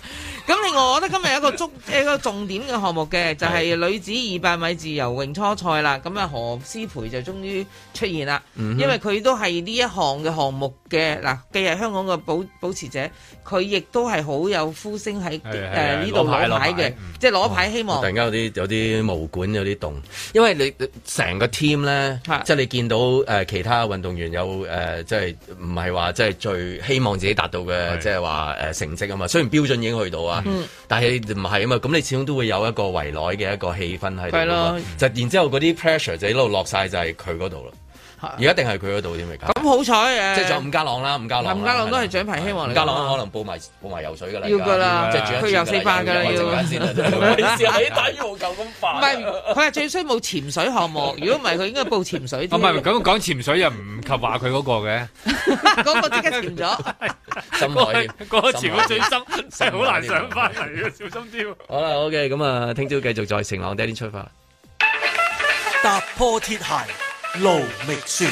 S4: 咁另外我覺得今日有一個足 (laughs) 一個重點嘅項目嘅，就係、女子二百米自由泳初賽啦。咁啊，何詩蓓就終於出現啦，
S15: 嗯哼
S4: 因為佢都係呢一項嘅項目嘅嗱，既係香港嘅保保持者，佢亦都係好有呼聲喺誒
S6: 係
S4: 呢度
S6: 攞
S4: 攞牌
S6: 牌攞牌嗯
S4: 嘅，即係攞牌希
S6: 突
S4: 望。
S6: 然間有啲有啲毛管有啲凍，因為你你成個 team 咧，即係你見到誒、呃其他運動員有誒、呃即係唔係話即係最希望自己達到嘅，即係話誒成績啊嘛。雖然標準已經去到啊，
S4: 嗯
S6: 但係唔係啊嘛。咁你始終都會有一個圍內嘅一個氣氛喺度㗎
S4: 係
S6: 嘛
S4: 咯。
S6: 就然之後嗰啲 pressure 就一路落晒，就係佢嗰度啦。而家一定係佢嗰度添嚟㗎。
S4: 咁好彩誒，
S6: 啊即係仲有伍家朗啦，伍家朗啦
S4: 伍家朗都係獎牌希望嚟㗎嘛。
S6: 伍家朗可能報埋報埋游水㗎啦，
S4: 啊要㗎啦
S6: 而家即係轉一轉
S4: 佢游四百㗎啦
S6: 要
S4: 要
S6: 要陣間先啦真係唔好意思啊你打羽毛球咁快。
S4: 唔係，佢係最衰冇潛水項目。如果唔係，佢應該報潛水
S14: 我
S4: 添。
S14: 哦啊
S4: (laughs)
S14: 唔係咁講潛水又唔及話佢嗰個嘅，
S4: 嗰個即刻潛咗。
S6: 深海添
S14: (laughs) 嗰個潛到最深， (laughs) 真係好難上翻
S6: 深海
S14: 嚟嘅，小心啲喎。
S6: 好啦，OK，咁啊，聽朝繼續再晴朗的一天出發。
S5: 踏破鐵鞋路未雪。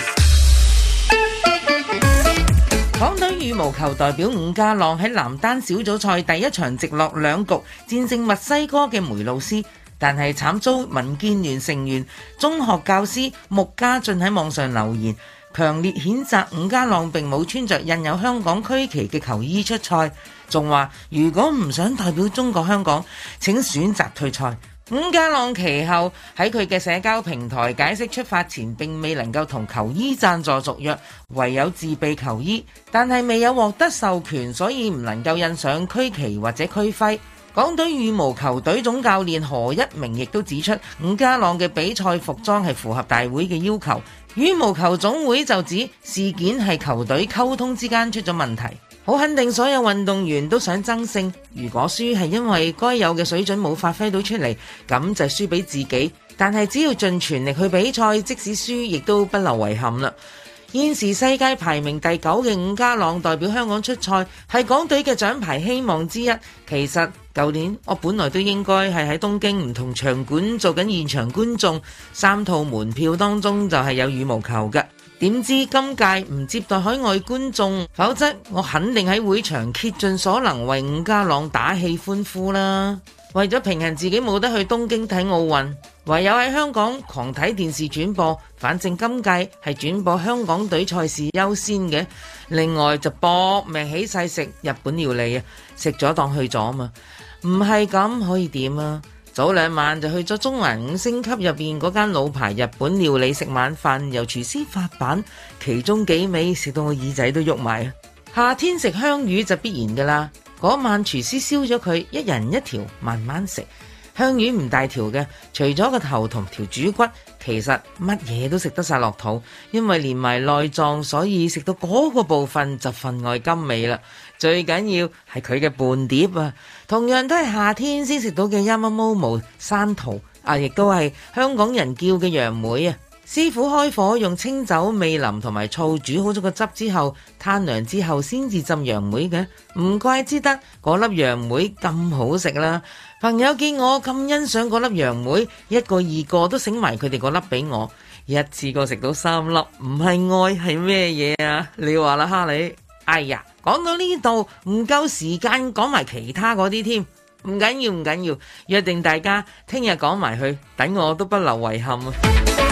S4: 港隊羽毛球代表伍家朗喺男單小組賽第一場直落兩局戰勝墨西哥嘅梅魯斯，但係慘遭民建聯成員中學教師穆家俊喺網上留言，強烈譴責伍家朗並冇穿着印有香港區旗嘅球衣出賽，仲話如果唔想代表中國香港，請選擇退賽。伍家朗其後喺佢嘅社交平台解釋出發前並未能夠同球衣贊助續約，唯有自備球衣，但係未有獲得授權，所以唔能夠印上區旗或者區徽。港隊羽毛球隊總教練何一鳴亦都指出，伍家朗嘅比賽服裝係符合大會嘅要求。羽毛球總會就指事件係球隊溝通之間出咗問題。好肯定所有運動員都想爭勝，如果輸係因為該有嘅水準冇發揮到出嚟，咁就輸俾自己。但係只要盡全力去比賽，即使輸亦都不留遺憾啦。現時世界排名第九嘅伍家朗代表香港出賽，係港隊嘅獎牌希望之一。其實舊年我本來都應該係喺東京唔同場館做緊現場觀眾，三套門票當中就係有羽毛球嘅。點知今屆唔接待海外觀眾，否則我肯定喺會場竭盡所能為伍家朗打氣歡呼啦。為咗平衡自己冇得去東京睇奧運，唯有喺香港狂睇電視轉播。反正今屆係轉播香港隊賽事優先嘅，另外就搏命起勢食日本料理啊，食咗當去咗啊嘛。唔係咁可以點啊？早兩晚就去咗中環五星級入邊嗰間老牌日本料理食晚飯，由廚師發辦，其中幾味食到我耳仔都喐埋啊！夏天食香魚就必然噶啦，嗰晚廚師燒咗佢，一人一條慢慢食。香魚唔大條嘅，除咗個頭同條主骨，其實乜嘢都食得晒落肚，因為連埋內臟，所以食到嗰個部分就分外甘美啦。最緊要係佢嘅伴碟啊，同樣都係夏天先食到嘅 Yamamomo 山桃啊，亦都係香港人叫嘅楊梅啊。師傅開火用清酒、味淋同埋醋煮好咗個汁之後，攤涼之後先至浸楊梅嘅，唔怪之得嗰粒楊梅咁好食啦。朋友見我咁欣賞嗰粒楊梅，一個二個都醒埋佢哋嗰粒俾我，一次過食到三粒，唔係愛係咩嘢啊？你話啦，哈利，哎呀，講到呢度唔夠時間講埋其他嗰啲添，唔緊要唔緊要，約定大家聽日講埋去，等我都不留遺憾啊！